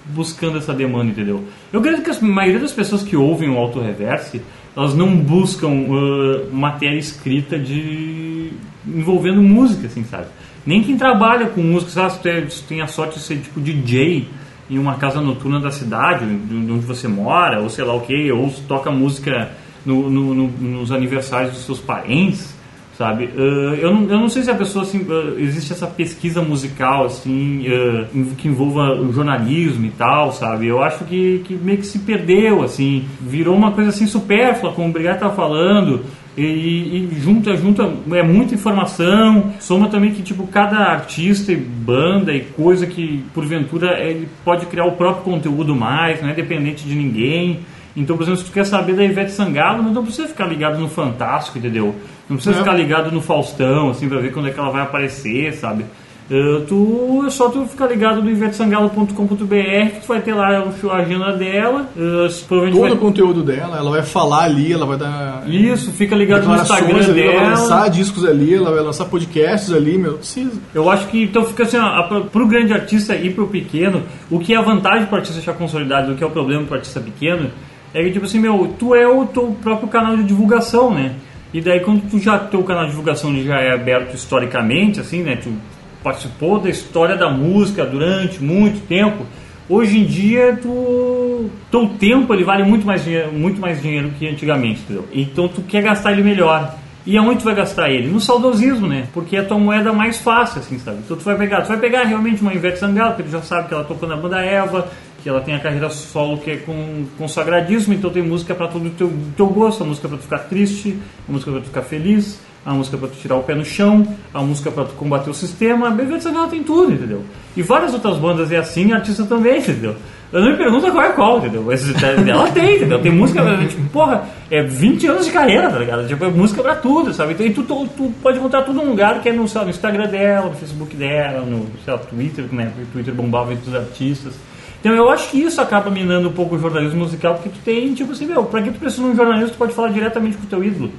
S1: buscando essa demanda, entendeu? Eu acredito que a maioria das pessoas que ouvem o auto-reverse, elas não buscam ah, matéria escrita de envolvendo música, assim, sabe? Nem quem trabalha com música, sabe? Se tu é- se tu tem a sorte de ser tipo DJ, em uma casa noturna da cidade, de de onde você mora, ou sei lá o que, ou se toca música no- no- no- nos aniversários dos seus parentes, sabe? Ah, eu, não, eu não sei se a pessoa, assim, ah, existe essa pesquisa musical, assim, ah, em- que envolva o jornalismo e tal, sabe? Eu acho que, que meio que se perdeu, assim, virou uma coisa, assim, supérflua, como o Brigado tá falando, E, e junta, junta, é muita informação. Soma também que, tipo, cada artista e banda e coisa que, porventura, ele pode criar o próprio conteúdo mais, não é dependente de ninguém. Então, por exemplo, se tu quer saber da Ivete Sangalo, não precisa ficar ligado no Fantástico, entendeu? Não precisa
S3: Não.
S1: ficar ligado no Faustão, assim, pra ver quando é que ela vai aparecer, sabe? Eh, tu, é só tu ficar ligado no ivetesangalo.com.br, que tu vai ter lá o show- a agenda dela. eh, se provavelmente
S3: Todo o
S1: vai-
S3: conteúdo dela, ela vai falar ali, ela vai dar.
S1: Isso, fica ligado no Instagram
S3: declarações ali, ela vai
S1: dela.
S3: lançar discos ali, ela vai lançar podcasts ali, meu, precisa.
S1: Eu acho que então fica assim, ó, pra- pro grande artista e pro pequeno, o que é a vantagem pro artista já consolidado, o que é o problema pro artista pequeno, é que tipo assim, meu, tu é o teu próprio canal de divulgação, né? E daí quando tu já teu canal de divulgação ele já é aberto historicamente, assim, né? Tu participou da história da música durante muito tempo. Hoje em dia, tu, teu tempo ele vale muito mais dinheiro, muito mais dinheiro que antigamente, entendeu? Então tu quer gastar ele melhor. E aonde tu vai gastar ele? No saudosismo, né? Porque é a tua moeda mais fácil, assim, sabe? Então tu vai pegar, tu vai pegar realmente uma Ivete Sangalo, que ele já sabe que ela tocou na banda Eva, que ela tem a carreira solo que é com, consagradíssima, então tem música pra todo o teu, teu gosto, a música pra tu ficar triste, a música pra tu ficar feliz, a música pra tu tirar o pé no chão, a música pra tu combater o sistema, a Ivete Sangalo tem tudo, entendeu? E várias outras bandas é assim, e artista também, entendeu? Eu não me pergunto qual é qual, entendeu? Mas ela tem, entendeu? Tem música, tipo, porra, é 20 anos de carreira, tá ligado? Tipo, é música pra tudo, sabe? Então, e tu, tu, tu pode botar tudo num lugar que é no, sei lá, no Instagram dela, no Facebook dela, no sei lá, Twitter, né? Porque o Twitter bombava entre os artistas. Então eu acho que isso acaba minando um pouco o jornalismo musical, porque tu tem, tipo assim, meu, pra que tu precisa de um jornalista, tu pode falar diretamente com o teu ídolo.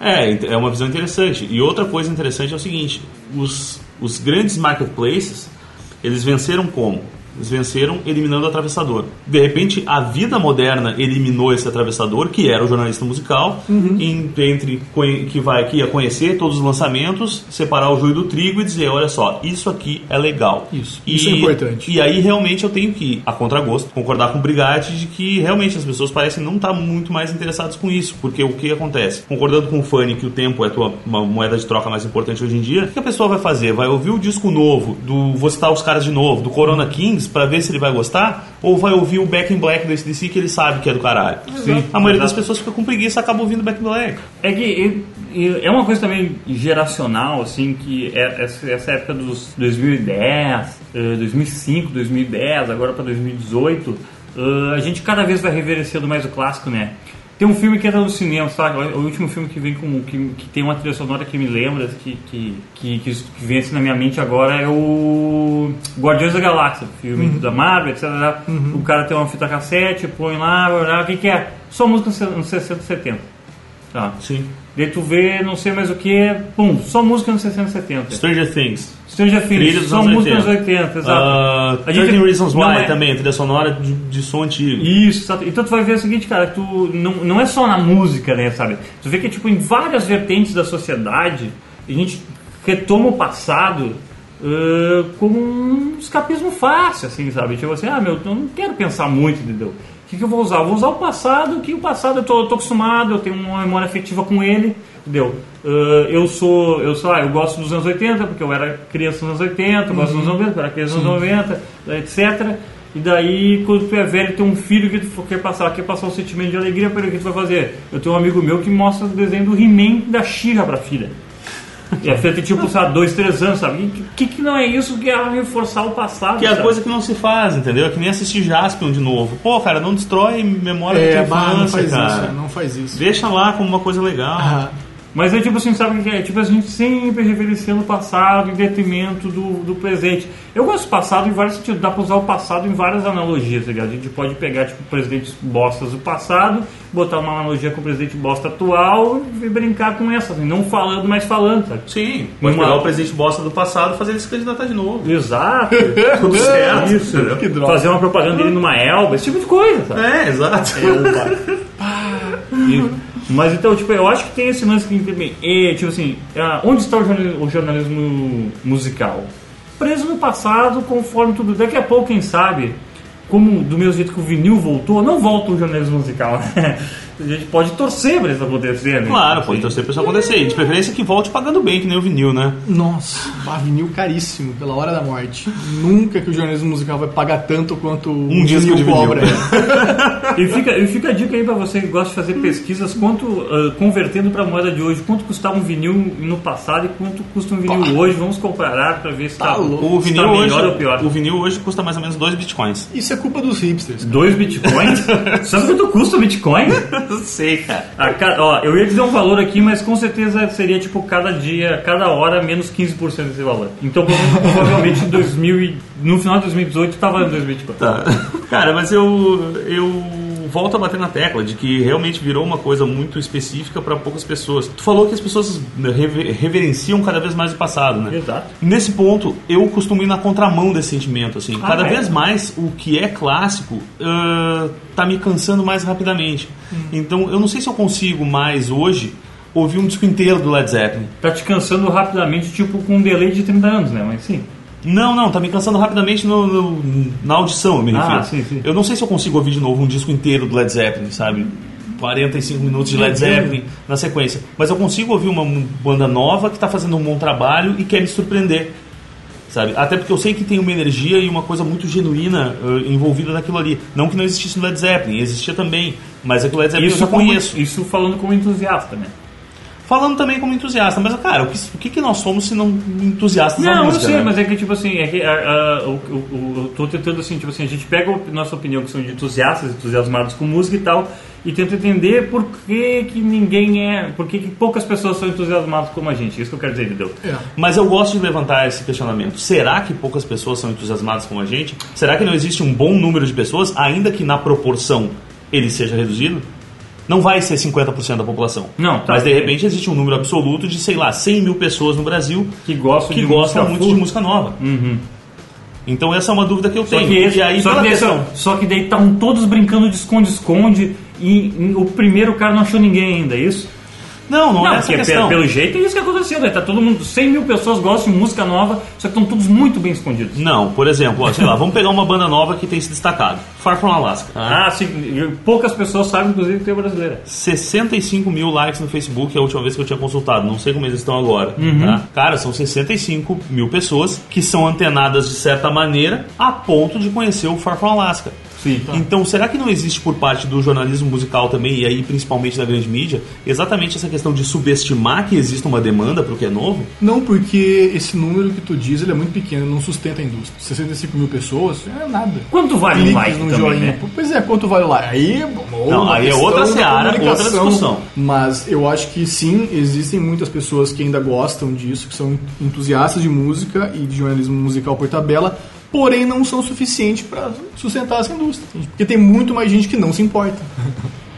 S2: É, ent- é uma visão interessante. E outra coisa interessante é o seguinte: os, os grandes marketplaces, eles venceram como? Eles venceram eliminando o atravessador. De repente, a vida moderna eliminou esse atravessador, que era o jornalista musical,
S3: Uhum.
S2: em- entre conhe- que vai que ia conhecer todos os lançamentos, separar o joio do trigo e dizer, olha só, isso aqui é legal.
S3: Isso, isso é importante.
S2: E aí realmente eu tenho que, a contragosto, concordar com o Brigatti de que realmente as pessoas parecem não estar muito mais interessadas com isso, porque o que acontece? Concordando com o Fanny que o tempo é a tua uma moeda de troca mais importante hoje em dia, o que a pessoa vai fazer? Vai ouvir o disco novo, do vou citar os caras de novo, do Corona Kings, pra ver se ele vai gostar, ou vai ouvir o Back in Black do ACDC que ele sabe que é do caralho?
S1: Sim.
S2: A maioria das
S1: Exato.
S2: pessoas fica com preguiça e acaba ouvindo Back in Black.
S1: É que é- é- é uma coisa também geracional, assim, que é- essa essa época dos 2010, eh, 2005, 2010, agora para 2018, eh, a gente cada vez vai reverenciando mais o clássico, né? Tem um filme que entra no cinema, sabe? O último filme que vem com. que, que tem uma trilha sonora que me lembra, que, que, que, que, que vem assim na minha mente agora, é o. Guardiões da Galáxia, filme da Marvel, etc. O cara tem uma fita cassete, põe lá, blá, blá, o que, que é? Só música nos 60 e 70. Tá.
S2: Sim.
S1: Daí tu vê não sei mais o que, pum, só música nos 60 e 70.
S2: Stranger Things.
S1: Stranger
S2: Trilha
S1: Things,
S2: dos
S1: só
S2: anos
S1: música nos
S2: 80.
S1: 80, exato.
S2: Uh,
S1: A gente-
S2: 13 Reasons Why
S1: não, é-
S2: também, trilha sonora de, de som antigo.
S1: Isso, exato. Então tu vai ver o seguinte, cara, tu não, não é só na música, né, sabe? Tu vê que tipo em várias vertentes da sociedade, a gente retoma o passado ãh, como um escapismo fácil, assim, sabe? Tipo assim, ah, meu, eu não quero pensar muito, entendeu? O que, que eu vou usar? Eu vou usar o passado, que o passado eu tô, eu tô acostumado, eu tenho uma memória afetiva com ele, entendeu? Ãh, eu sou, eu sei lá, eu gosto dos anos 80, porque eu era criança nos anos 80, eu gosto dos anos 90, eu era criança nos
S2: Uhum.
S1: anos 90, etc. E daí, quando tu é velho, tem um filho que tu quer passar, quer passar um sentimento de alegria para ele, o que tu vai fazer? Eu tenho um amigo meu que mostra o desenho do He-Man da Xirra pra filha. E a filha tem tipo, sei lá, dois, três anos, sabe? E que, que não é isso que é reforçar o passado?
S2: Que é a
S1: sabe?
S2: coisa que não se faz, entendeu? É que nem assistir Jaspion de novo. Pô, cara, não destrói memória da
S3: É, bah,
S2: tua
S3: não
S2: infância,
S3: faz
S2: cara.
S3: isso, não faz isso.
S2: Deixa lá como uma coisa legal.
S3: Ah,
S1: Mas é tipo assim, sabe o que é? Tipo, a gente sempre reverenciando o passado em detrimento do, do presente. Eu gosto do passado em vários sentidos, dá pra usar o passado em várias analogias, tá ligado? A gente pode pegar, tipo, presidentes bostas do passado, botar uma analogia com o presidente bosta atual e brincar com essa, assim, não falando, mas falando, sabe?
S2: Sim, pode
S1: Uma-
S2: pegar o presidente bosta do passado e fazer ele se candidatar de novo. Ah,
S1: Exato.
S2: Tudo certo. entendeu?
S3: que droga.
S1: Fazer uma propaganda dele numa elba, esse tipo de coisa, sabe?
S2: É, exato. Uhum.
S1: Isso. Mas então, tipo, eu acho que tem esse lance que também. É, tipo assim, ah, onde está o jornali- o jornalismo musical? Preso no passado, conforme tudo. Daqui a pouco, quem sabe, como do mesmo jeito que o vinil voltou, não volta o jornalismo musical. né? A gente pode torcer pra isso acontecer, né?
S2: Claro, pode torcer pra isso acontecer. E de preferência que volte pagando bem, que nem o vinil, né?
S3: nossa, bah, vinil caríssimo, pela hora da morte. Nunca que o jornalismo musical vai pagar tanto quanto um
S2: disco de vinil.
S3: cobra.
S1: E fica, e fica a dica aí pra você que gosta de fazer pesquisas, quanto, ah, convertendo pra moeda de hoje, quanto custava um vinil no passado e quanto custa um vinil hoje. Vamos comparar pra ver se tá,
S3: Tá louco.
S2: O
S1: se
S2: vinil,
S1: tá
S2: hoje,
S1: melhor ou pior.
S2: o vinil hoje custa mais ou menos 2 bitcoins.
S3: Isso é culpa dos hipsters.
S1: Dois bitcoins? Sabe quanto custa o bitcoin?
S2: Não sei, cara.
S1: A ca- ó, eu ia dizer um valor aqui, mas com certeza seria tipo cada dia, cada hora, menos 15% desse valor. Então prova- provavelmente em 2000 e- no final de 2018 estava em 2024.
S2: Tá. Cara, mas eu, eu volto a bater na tecla de que realmente virou uma coisa muito específica para poucas pessoas. Tu falou que as pessoas né, rever- reverenciam cada vez mais o passado, né?
S1: Exato.
S2: Nesse ponto, eu costumo ir na contramão desse sentimento, assim.
S1: Ah,
S2: Cada
S1: é?
S2: vez mais o que é clássico ah, tá me cansando mais rapidamente.
S1: Hum.
S2: Então, eu não sei se eu consigo mais hoje ouvir um disco inteiro do Led Zeppelin.
S1: Tá te cansando rapidamente, tipo com um delay de 30 anos, né? Mas sim.
S2: Não, não, tá me cansando rapidamente no- no- na audição, eu me refiro.
S1: Ah, sim, sim.
S2: Eu não sei se eu consigo ouvir de novo um disco inteiro do Led Zeppelin, sabe? 45 minutos de Led Zeppelin na sequência. Mas eu consigo ouvir uma banda nova que tá fazendo um bom trabalho e quer me surpreender. Sabe? Até porque eu sei que tem uma energia e uma coisa muito genuína eh, envolvida naquilo ali. Não que não existisse no Led Zeppelin, existia também. Mas é que o Led Zeppelin eu já
S1: como-
S2: conheço.
S1: isso falando como entusiasta, né?
S2: Falando também como entusiasta, mas cara, o que, o que que nós somos se não entusiastas da
S1: Não, eu
S2: música?
S1: sei,
S2: né?
S1: mas é que tipo assim, é que, ah, ah, o- o- o- eu tô tentando assim, tipo assim, a gente pega a nossa opinião que são de entusiastas, entusiasmados com música e tal, e tenta entender por que que ninguém é, por que que poucas pessoas são entusiasmadas como a gente. Isso que eu quero dizer, entendeu?
S3: É.
S2: Mas eu gosto de levantar esse questionamento. Será que poucas pessoas são entusiasmadas como a gente? Será que não existe um bom número de pessoas, ainda que na proporção ele seja reduzido? Não vai ser 50% da população.
S1: Não, tá.
S2: Mas de repente existe um número absoluto de, sei lá, 100 mil pessoas no Brasil
S1: Que gostam
S2: que
S1: de
S2: gostam
S1: música
S2: muito
S1: full.
S2: de música nova. Então essa é uma dúvida que eu
S1: Uhum. Só
S2: tenho.
S1: que, esse, é
S2: e aí,
S1: só,
S2: pela
S1: que daí,
S2: questão-
S1: só que daí estavam todos brincando de esconde-esconde e, e o primeiro cara não achou ninguém ainda, é isso?
S2: Não, não, é essa a
S1: porque pe-
S2: questão.
S1: pelo jeito é isso que aconteceu, né? Tá todo mundo, 100 mil pessoas gostam de música nova, só que estão todos muito bem escondidos.
S2: Não, por exemplo, ó, sei lá, vamos pegar uma banda nova que tem se destacado. Far From Alaska.
S1: Ah, sim, e poucas pessoas sabem, inclusive, que tem brasileira.
S2: 65 mil likes no Facebook é a última vez que eu tinha consultado. Não sei como eles estão agora.
S1: Uhum.
S2: tá? Cara, são 65 mil pessoas que são antenadas de certa maneira a ponto de conhecer o Far From Alaska.
S1: Sim, tá.
S2: Então, será que não existe por parte do jornalismo musical também, e aí principalmente da grande mídia, exatamente essa questão de subestimar que exista uma demanda para o que é novo?
S3: Não, porque esse número que tu diz ele é muito pequeno, não sustenta a indústria. 65 mil pessoas é nada.
S1: Quanto vale um
S3: Cliques
S1: like
S3: num
S1: também,
S3: joinha.
S1: né?
S3: Pois é, quanto vale lá? Aí, bom,
S2: Não,
S3: uma
S2: aí é
S3: questão
S2: outra
S3: da
S2: seara, outra
S3: comunicação.
S2: discussão.
S3: Mas eu acho que sim, existem muitas pessoas que ainda gostam disso, que são entusiastas de música e de jornalismo musical por tabela, porém não são suficientes para sustentar essa indústria. entende? Porque tem muito mais gente que não se importa.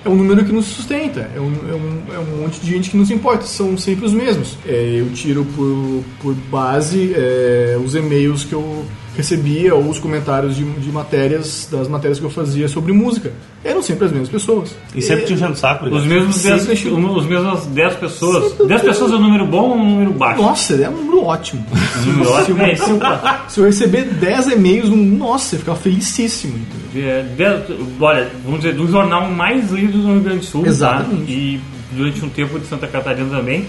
S3: É um número que não se sustenta, é um, é um, é um monte de gente que não se importa, são sempre os mesmos. É, eu tiro por, por base é, os e-mails que eu recebia ou os comentários de, de matérias, das matérias que eu fazia sobre música. Eram sempre as mesmas pessoas.
S2: E sempre te enchendo o saco.
S1: É,
S2: né?
S1: Os
S2: Obrigado.
S1: mesmos
S3: Sempre
S1: 10,
S3: achei-
S1: os mesmos 10 pessoas.
S3: Sempre
S1: 10
S3: tem.
S1: pessoas é um número bom ou um número baixo?
S3: Nossa, é um número ótimo.
S1: Um número ótimo, é,
S3: Se
S1: sim.
S3: eu, se eu receber 10 e-mails, um- nossa, eu ficava felicíssimo. entendeu?
S1: É, de- olha, vamos dizer, do jornal mais lido do Rio Grande do Sul, tá?
S3: Exatamente.
S1: e durante um tempo de Santa Catarina também,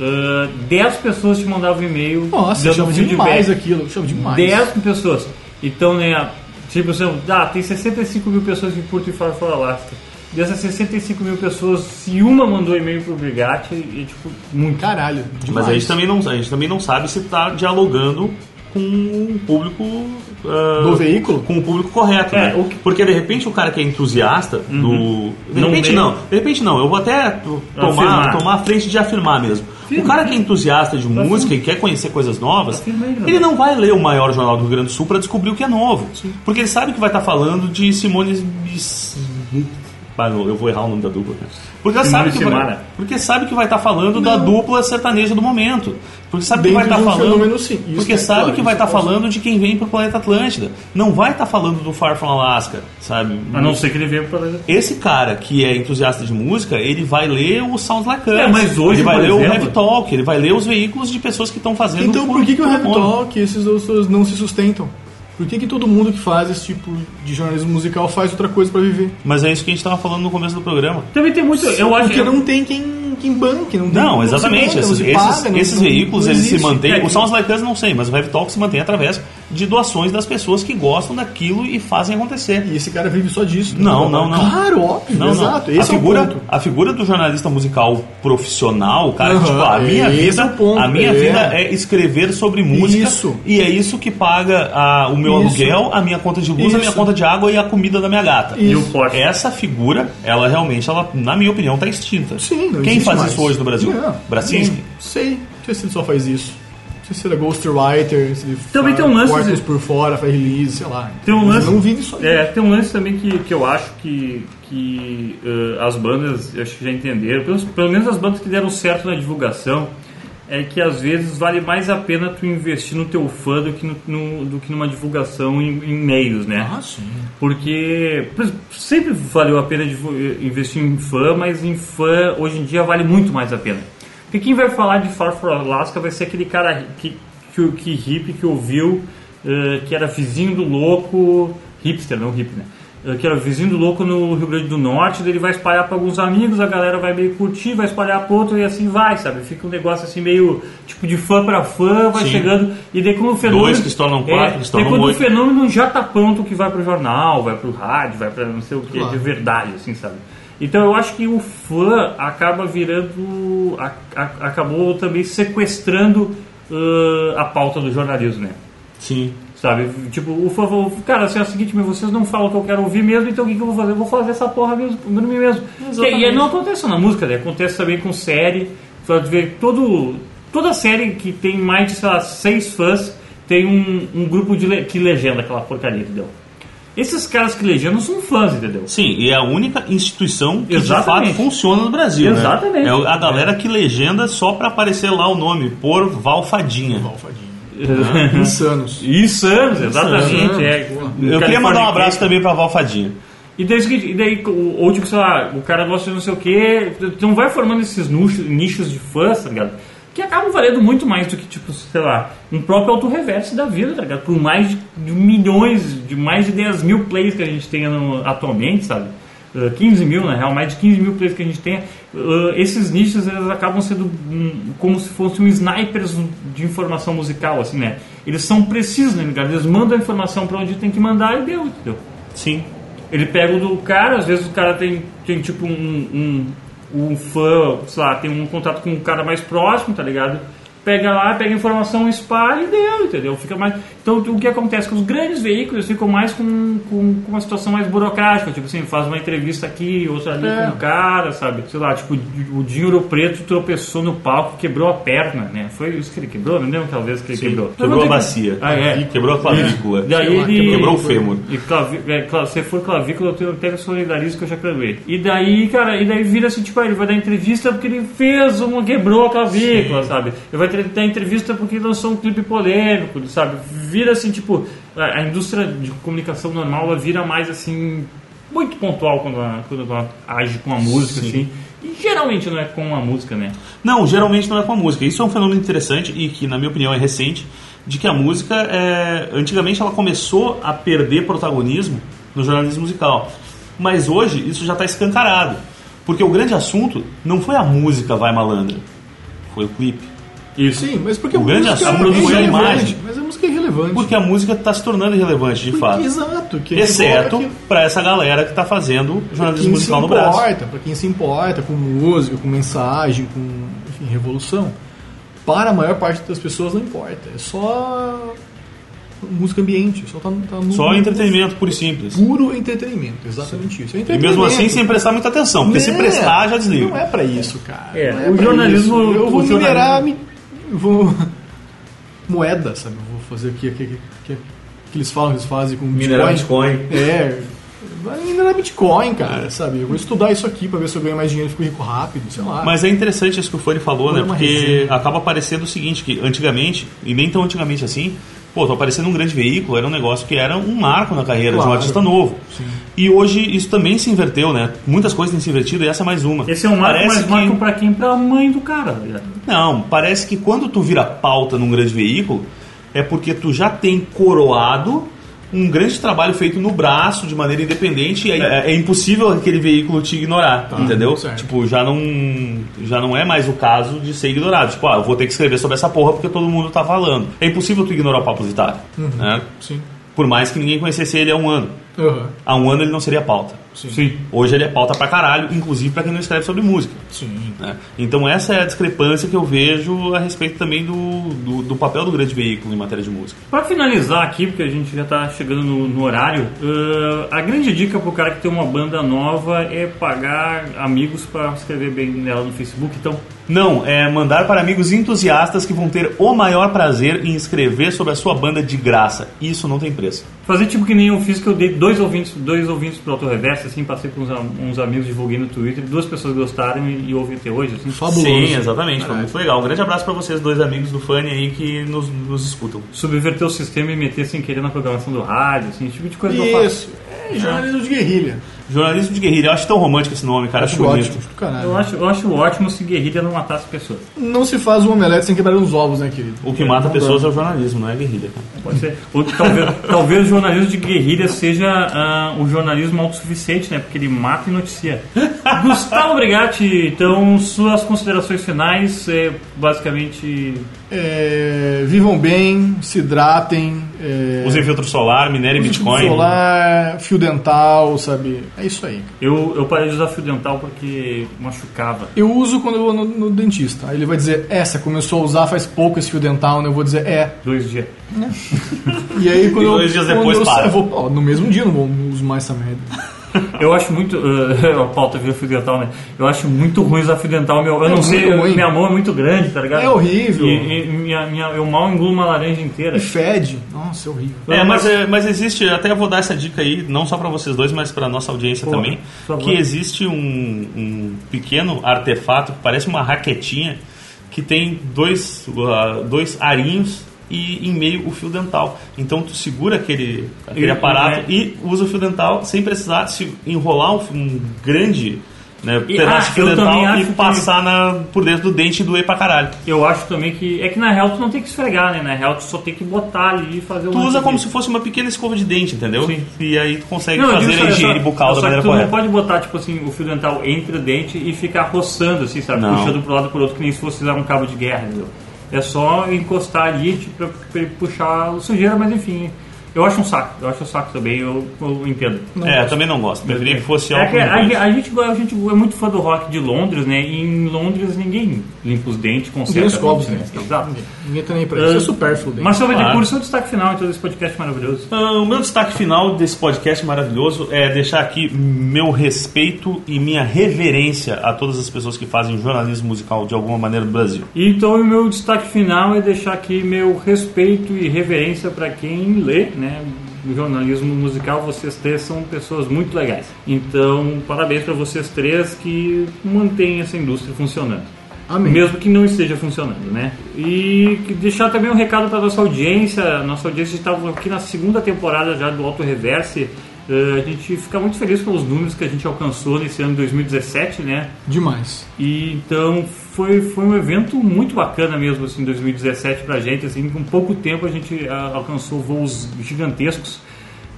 S1: ah, 10 pessoas te mandavam e-mail
S3: Nossa, eu
S1: dando
S2: um
S3: chamo demais aquilo, eu chamo demais.
S1: 10 pessoas. Então, né, tipo assim, ah, tem 65 mil pessoas que curtem Far Far Alaska. Dessas 65 mil pessoas, se uma mandou e-mail pro Brigatti, é tipo, muito.
S3: Caralho, demais.
S2: Mas a gente, também não, a gente também não sabe se está dialogando com o público. ah,
S3: Do veículo?
S2: Com o público correto,
S1: É,
S2: né?
S1: o que-
S2: Porque de repente o cara que é entusiasta do. De
S1: Não
S2: repente
S1: vem.
S2: não, De repente não. Eu vou até to- tomar,
S1: Afirmar.
S2: tomar a frente de afirmar mesmo. O cara que é entusiasta de música e quer conhecer coisas novas,
S1: Afirma aí, Bruno.
S2: ele não vai ler o maior jornal do Rio Grande do Sul para descobrir o que é novo. Porque ele sabe que vai estar falando de Simone. Bis- Ah, não, eu vou errar o nome da dupla. cara. Porque
S1: Simone
S2: sabe que vai,
S1: Simara.
S2: porque sabe que vai estar falando da dupla sertaneja do momento. Porque sabe que
S3: Dentro
S2: vai estar
S3: de um
S2: falando.
S3: fenômeno, sim. Isso
S2: porque
S3: é
S2: sabe
S3: claro,
S2: que vai tá
S3: isso
S2: estar
S3: é
S2: falando de quem vem pro planeta Atlântida. Não vai estar falando do Far From Alaska, sabe?
S1: A não ser que ele veio para
S2: Esse cara que é entusiasta de música, ele vai ler o Sounds Like Us.
S1: É, mas hoje,
S2: ele vai
S1: por
S2: ler o
S1: exemplo-
S2: Heavy Talk, ele vai ler os veículos de pessoas que estão fazendo
S3: Então por que, que o
S2: por
S3: rap
S2: conta.
S3: talk e esses outros não se sustentam? Por que, que todo mundo que faz esse tipo de jornalismo musical faz outra coisa pra viver?
S2: Mas é isso que a gente estava falando no começo do programa.
S1: Também tem muito. Eu acho
S3: Porque
S1: que
S3: não tem quem, quem banque, não tem
S2: Não,
S3: quem
S2: exatamente.
S3: se banca, não
S2: esses
S3: se paga,
S2: esses-
S3: não-
S2: esses
S3: não-
S2: veículos
S3: não
S2: eles se
S3: existe.
S2: mantêm.
S1: É,
S2: o Sounds Like Us não sei, mas o Heavy Talk se mantém através de doações das pessoas que gostam daquilo e fazem acontecer.
S3: E esse cara vive só disso. né?
S2: Não, não, não.
S3: Claro, óbvio.
S2: Não,
S3: exato.
S2: não.
S3: Esse
S2: a figura,
S3: é o ponto.
S2: a figura do jornalista musical profissional, cara,
S3: Aham,
S2: tipo, a minha
S3: esse
S2: vida,
S3: é o ponto,
S2: a minha
S3: é.
S2: vida é escrever sobre música
S3: Isso.
S2: e é isso que paga a- o meu
S3: Isso.
S2: aluguel, a minha conta de luz, a minha
S3: Isso.
S2: conta de água e a comida da minha gata.
S3: Isso.
S1: E o poste.
S2: Essa figura, ela realmente, ela, na minha opinião, está extinta.
S3: Sim, não
S2: Quem
S3: existe
S2: faz
S3: mais. É.
S2: isso hoje no Brasil?
S3: Não,
S2: Bracinski?
S3: Não sei. Não sei se ele só faz isso. Não sei se ele é ghostwriter, se ele
S1: Também
S3: faz
S1: tem um lance
S3: cortes
S1: de-
S3: por fora, faz release, sei lá.
S1: Tem um
S3: Mas
S1: lance-
S3: Não vive só
S1: É, tem um lance também que, que eu acho que, que eh, as bandas eu acho que já entenderam, pelo, pelo menos as bandas que deram certo na divulgação, é que às vezes vale mais a pena tu investir no teu fã do que, no- no- do que numa divulgação em, em meios, né?
S3: Ah, sim.
S1: Porque por exemplo, sempre valeu a pena divu- investir em fã, mas em fã hoje em dia vale muito mais a pena. Porque quem vai falar de Far for Alaska vai ser aquele cara que, que, o- que hippie que ouviu, eh, que era vizinho do louco, hipster, não hippie, né? Eh, que era vizinho do louco no Rio Grande do Norte, daí ele vai espalhar para alguns amigos, a galera vai meio curtir, vai espalhar para outro e assim vai, sabe? Fica um negócio assim meio tipo de fã para fã, vai
S2: Sim.
S1: chegando e daí quando o fenômeno...
S2: Dois que se tornam quatro, que se
S1: daí
S2: tornam
S1: quando o
S2: oito.
S1: fe- fenômeno já tá pronto que vai pro jornal, vai pro rádio, vai pra não sei o que,
S3: Claro.
S1: de verdade, assim, sabe? Então eu acho que o fã acaba virando. a- a- acabou também sequestrando ãh, a pauta do jornalismo, né?
S2: Sim.
S1: Sabe? Tipo, o fã falou, cara, assim, é o seguinte, meu, vocês não falam o que eu quero ouvir mesmo, então o que, que eu vou fazer? Eu vou fazer essa porra mesmo, por mim mesmo. E, e aí não acontece só na música, né? Acontece também com série. Tu vai ver todo, toda série que tem mais de, sei lá, seis fãs, tem um, um grupo de le- que legenda aquela porcaria, entendeu? Esses caras que legendam são fãs, entendeu?
S2: Sim, e é a única instituição que
S1: Exatamente.
S2: de fato funciona no Brasil. né?
S1: Exatamente.
S2: É a galera que legenda só pra aparecer lá o nome, por Valfadinha.
S3: Malfadinho.
S2: Uhum.
S3: Insanos.
S1: Insanos, exatamente.
S3: Insanos.
S1: é.
S2: Eu queria mandar um abraço também pra Valfadinha.
S1: E daí, o seguinte, e daí o- ou tipo, sei lá, o cara gosta de não sei o quê, tu não vai formando esses nucho- nichos de fãs, tá ligado? Que acabam valendo muito mais do que, tipo, sei lá, um próprio autorreverso da vida, tá ligado? Por mais de, de milhões, de mais de 10 mil plays que a gente tem no- atualmente, sabe? Ah, 15 mil, na real, mais de 15 mil plays que a gente tem, ah, esses nichos eles acabam sendo hum, como se fossem um snipers de informação musical, assim, né? Eles são precisos, né, ligado? Eles mandam a informação pra onde tem que mandar e deu, entendeu?
S2: Sim.
S1: Ele pega o do cara, às vezes o cara tem, tem tipo um, um, um fã, sei lá, tem um contato com o cara mais próximo, tá ligado? Pega lá, pega a informação, espalha e deu, entendeu? Fica mais... Então o que acontece? Que os grandes veículos ficam mais com, com, com uma situação mais burocrática, tipo assim, faz uma entrevista aqui, outra ali
S3: É.
S1: com o cara, sabe? Sei lá, tipo, o Dinheiro Preto tropeçou no palco, quebrou a perna, né? Foi isso que ele quebrou, não lembro talvez que ele quebrou.
S2: Quebrou a bacia.
S1: Ah, é.
S2: Quebrou a clavícula.
S1: Daí
S3: lá,
S1: ele...
S2: Quebrou o fêmur.
S1: E clavi- é, cla- se for clavícula, eu tenho até solidarismo que eu já clamei. E daí, cara, e daí vira assim, tipo, ah, ele vai dar entrevista porque ele fez uma, quebrou a clavícula, sabe? Ele vai ter- dar entrevista porque lançou um clipe polêmico, sabe? Vira assim, tipo, a, a indústria de comunicação normal, ela vira mais assim, muito pontual quando ela, quando ela age com a música, assim. E geralmente não é com a música, né?
S2: Não, geralmente não é com a música. Isso é um fenômeno interessante e que, na minha opinião, é recente, de que a música, é, antigamente, ela começou a perder protagonismo no jornalismo musical. Mas hoje, isso já está escancarado. Porque o grande assunto não foi a música Vai Malandra, foi o clipe.
S1: Isso.
S3: Sim, mas porque
S2: O
S3: a
S2: grande
S3: música
S2: assunto
S3: é
S2: foi a
S3: irrelevante.
S2: imagem.
S3: Mas a música é irrelevante.
S2: Porque a música está se tornando irrelevante, de
S3: Porque-
S2: fato.
S3: Exato. Que
S2: Exceto
S3: que- é
S2: para essa galera que está fazendo
S3: pra
S2: jornalismo
S3: quem se
S2: musical no Brasil.
S3: importa, pra quem se importa com música, com mensagem, com enfim, revolução. Para a maior parte das pessoas não importa. É só música ambiente, só tá, tá no
S2: Só entretenimento, puro e simples.
S3: Puro entretenimento, exatamente isso. É
S2: E mesmo assim, sem prestar muita atenção, porque se
S3: Né?
S2: prestar, já desliga.
S3: Não é pra isso, cara.
S1: É,
S3: Não
S1: o
S3: pra
S1: jornalismo-
S3: isso. Eu
S1: o
S3: vou
S1: jornalismo-
S3: minerar. mi- Vou. Moeda, sabe? Eu vou fazer o que, que, que, que, que eles falam, que eles fazem com Bitcoin.
S2: Bitcoin.
S3: É. Vai minerar Bitcoin, cara, sabe? Eu vou estudar isso aqui pra ver se eu ganho mais dinheiro e fico rico rápido, sei lá.
S2: Mas é interessante isso que o Fone falou, né?
S3: Olha uma
S2: Porque
S3: resenha.
S2: acaba aparecendo o seguinte, que antigamente, e nem tão antigamente assim, pô, tô aparecendo um grande veículo, era um negócio que era um marco na carreira de um
S3: Claro.
S2: artista novo. E hoje isso também se inverteu, né? Muitas coisas têm se invertido e essa é mais uma.
S1: Esse é um marco,
S2: Parece
S1: mas
S2: que-
S1: marco pra quem? Pra mãe do cara, tá ligado?
S2: Não, parece que quando tu vira pauta num grande veículo, é porque tu já tem coroado um grande trabalho feito no braço, de maneira independente, e aí é, é impossível aquele veículo te ignorar, entendeu?
S3: Ah, certo.
S2: Tipo, já não, já não é mais o caso de ser ignorado. Tipo, ah, eu vou ter que escrever sobre essa porra porque todo mundo tá falando. É impossível tu ignorar o Papo Zitado,
S3: Uhum.
S2: né?
S3: Sim.
S2: Por mais que ninguém conhecesse ele há um ano.
S3: Aham.
S2: Há um ano ele não seria pauta.
S3: Sim.
S1: Sim.
S2: Hoje ele é pauta pra caralho, inclusive pra quem não escreve sobre música.
S3: Sim.
S2: né? Então essa é a discrepância que eu vejo a respeito também do, do, do papel do grande veículo em matéria de música.
S1: Pra finalizar aqui, porque a gente já tá chegando no, no horário, ah, a grande dica pro cara que tem uma banda nova é pagar amigos pra escrever bem nela no Facebook, então.
S2: Não, é mandar para amigos entusiastas que vão ter o maior prazer em escrever sobre a sua banda de graça. Isso não tem preço.
S1: Fazer tipo que nem eu fiz, que eu dei dois ouvintes, dois ouvintes pro auto-reverso, assim, passei com uns, am- uns amigos, divulguei no Twitter, duas pessoas gostaram e, e ouvem até hoje, assim.
S3: Fabuloso.
S2: Sim, exatamente. Foi muito legal. Um grande abraço para vocês dois amigos do Fanny aí que nos, nos escutam.
S1: Subverter o sistema e meter sem querer na programação do rádio, assim, esse tipo de coisa que eu faço.
S3: Isso. É jornalismo de guerrilha.
S2: Jornalismo de guerrilha. Eu acho tão romântico esse nome, cara. Acho,
S3: Acho
S2: bonito.
S3: ótimo. do Caralho.
S1: Eu acho, eu acho ótimo se guerrilha não matasse pessoas.
S3: Não se faz um omelete sem quebrar uns ovos, né, querido?
S2: O que mata pessoas é o jornalismo, não é guerrilha. cara.
S1: Pode ser. Ou talvez, talvez o jornalismo de guerrilha seja ah, o jornalismo autossuficiente, né? Porque ele mata e noticia. Gustavo Brigatti, então, suas considerações finais, é, basicamente.
S3: É, vivam bem, se hidratem. É,
S2: Usem filtro solar, minério e
S3: filtro
S2: Bitcoin.
S3: solar, fio dental, sabe? É isso aí.
S1: Eu, eu parei de usar fio dental porque machucava.
S3: Eu uso quando eu vou no, no dentista. Aí ele vai dizer, essa começou a usar faz pouco esse fio dental, né? Eu vou dizer, é.
S1: Dois dias.
S3: E aí quando
S2: E dois
S3: eu,
S2: dias
S3: quando
S2: depois
S3: eu,
S2: para.
S3: sa- eu vou, ó, no mesmo dia eu não vou não uso mais essa merda.
S1: Eu acho muito. ah, a pauta vira fio dental, né? Eu acho muito ruim usar fio dental. Meu, eu não
S3: muito
S1: sei, eu-
S3: ruim.
S1: minha mão é muito grande, tá ligado?
S3: É horrível.
S1: E, e minha, minha, eu mal engulo uma laranja inteira.
S3: E fede. Nossa, é horrível.
S2: É, mas, é, mas existe, até vou dar essa dica aí, não só para vocês dois, mas para nossa audiência
S1: Porra,
S2: também,
S1: por favor.
S2: que existe um, um pequeno artefato que parece uma raquetinha que tem dois, ah, dois arinhos e em meio o fio dental. Então tu segura aquele, aquele
S1: E-
S2: aparato
S1: né?
S2: e usa o fio dental sem precisar se enrolar um, um grande né,
S1: E-
S2: pedaço
S1: ah,
S2: de fio
S1: eu também
S2: dental
S1: acho
S2: e
S1: que-
S2: passar na- por dentro do dente e doer pra caralho.
S1: Eu acho também que. É que na real tu não tem que esfregar, né? Na real tu só tem que botar ali e fazer o.
S2: Tu usa
S1: lance
S2: como
S1: dele.
S2: se fosse uma pequena escova de dente, entendeu?
S1: Sim.
S2: E aí tu consegue
S1: eu
S2: fazer
S1: digo
S2: a
S1: só-
S2: higiene
S1: só-
S2: bucal da
S1: só que
S2: maneira
S1: tu
S2: correta.
S1: não pode botar, tipo assim, o fio dental entre o dente e ficar roçando, assim, sabe?
S2: Não.
S1: Puxando pro lado pro outro, que nem se fosse usar um cabo de guerra, entendeu? É só encostar ali tipo, pra, pra puxar o sujeira, mas enfim. Eu acho um saco, eu acho um saco também, eu, eu entendo.
S2: é, eu também não gosto. Preferia que fosse
S1: É
S2: algo.
S1: que a, ge- a gente, go- a gente é muito fã do rock de Londres, né? E em Londres ninguém limpa os dentes, conserta.
S3: escova os
S1: né?
S3: dentes, não.
S1: Exato.
S3: Ninguém tá nem pra
S2: Ah,
S1: Ah,
S3: isso. Isso é supérfluo. dente.
S1: Marcelo
S2: Claro.
S1: Bittencourt, seu destaque final então, desse podcast maravilhoso.
S2: Ah, o meu destaque final desse podcast maravilhoso é deixar aqui meu respeito e minha reverência a todas as pessoas que fazem jornalismo musical de alguma maneira no Brasil.
S1: Então, o meu destaque final é deixar aqui meu respeito e reverência para quem lê, né? O jornalismo musical, vocês três são pessoas muito legais. Então, parabéns para vocês três que mantêm essa indústria funcionando.
S3: Amém.
S1: Mesmo que não esteja funcionando, né? E que- deixar também um recado para nossa audiência. Nossa audiência estava aqui na segunda temporada já do Auto Reverse. Eh, a gente fica muito feliz pelos números que a gente alcançou nesse ano de 2017, né?
S3: Demais.
S1: E então foi, foi um evento muito bacana mesmo assim 2017 pra gente, assim, com pouco tempo a gente ah, alcançou voos gigantescos.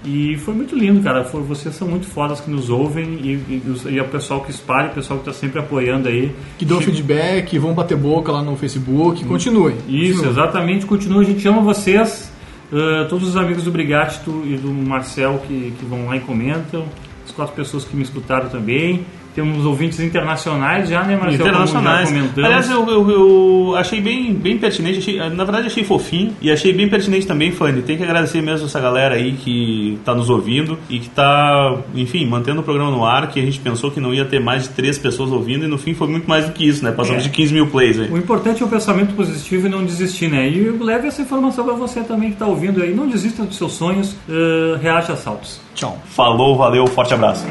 S1: E foi muito lindo, cara. Foi, vocês são muito fodas que nos ouvem e, e, os- e é o pessoal que espalha, o pessoal que tá sempre apoiando aí.
S3: Que dão feedback, vão bater boca lá no Facebook. Continuem.
S1: Isso,
S3: Continuem.
S1: exatamente. Continua, a gente ama vocês. Ah, todos os amigos do Brigatti tu- e do Marcel que, que vão lá e comentam. As quatro pessoas que me escutaram também. Temos ouvintes internacionais já, né, Marcel? Como já
S2: Internacionais.
S1: comentamos.
S2: Aliás, eu, eu- eu achei bem, bem pertinente, achei- na verdade achei fofinho e achei bem pertinente também, Fanny. Tem que agradecer mesmo essa galera aí que tá nos ouvindo e que tá, enfim, mantendo o programa no ar, que a gente pensou que não ia ter mais de três pessoas ouvindo e no fim foi muito mais do que isso, né? Passamos
S1: É.
S2: de 15 mil plays aí.
S1: O importante é o pensamento positivo e não desistir, né? E eu levo essa informação para você também que tá está ouvindo aí. Não desista dos seus sonhos, eh, reaja assaltos.
S3: Tchau.
S2: Falou, valeu, forte abraço.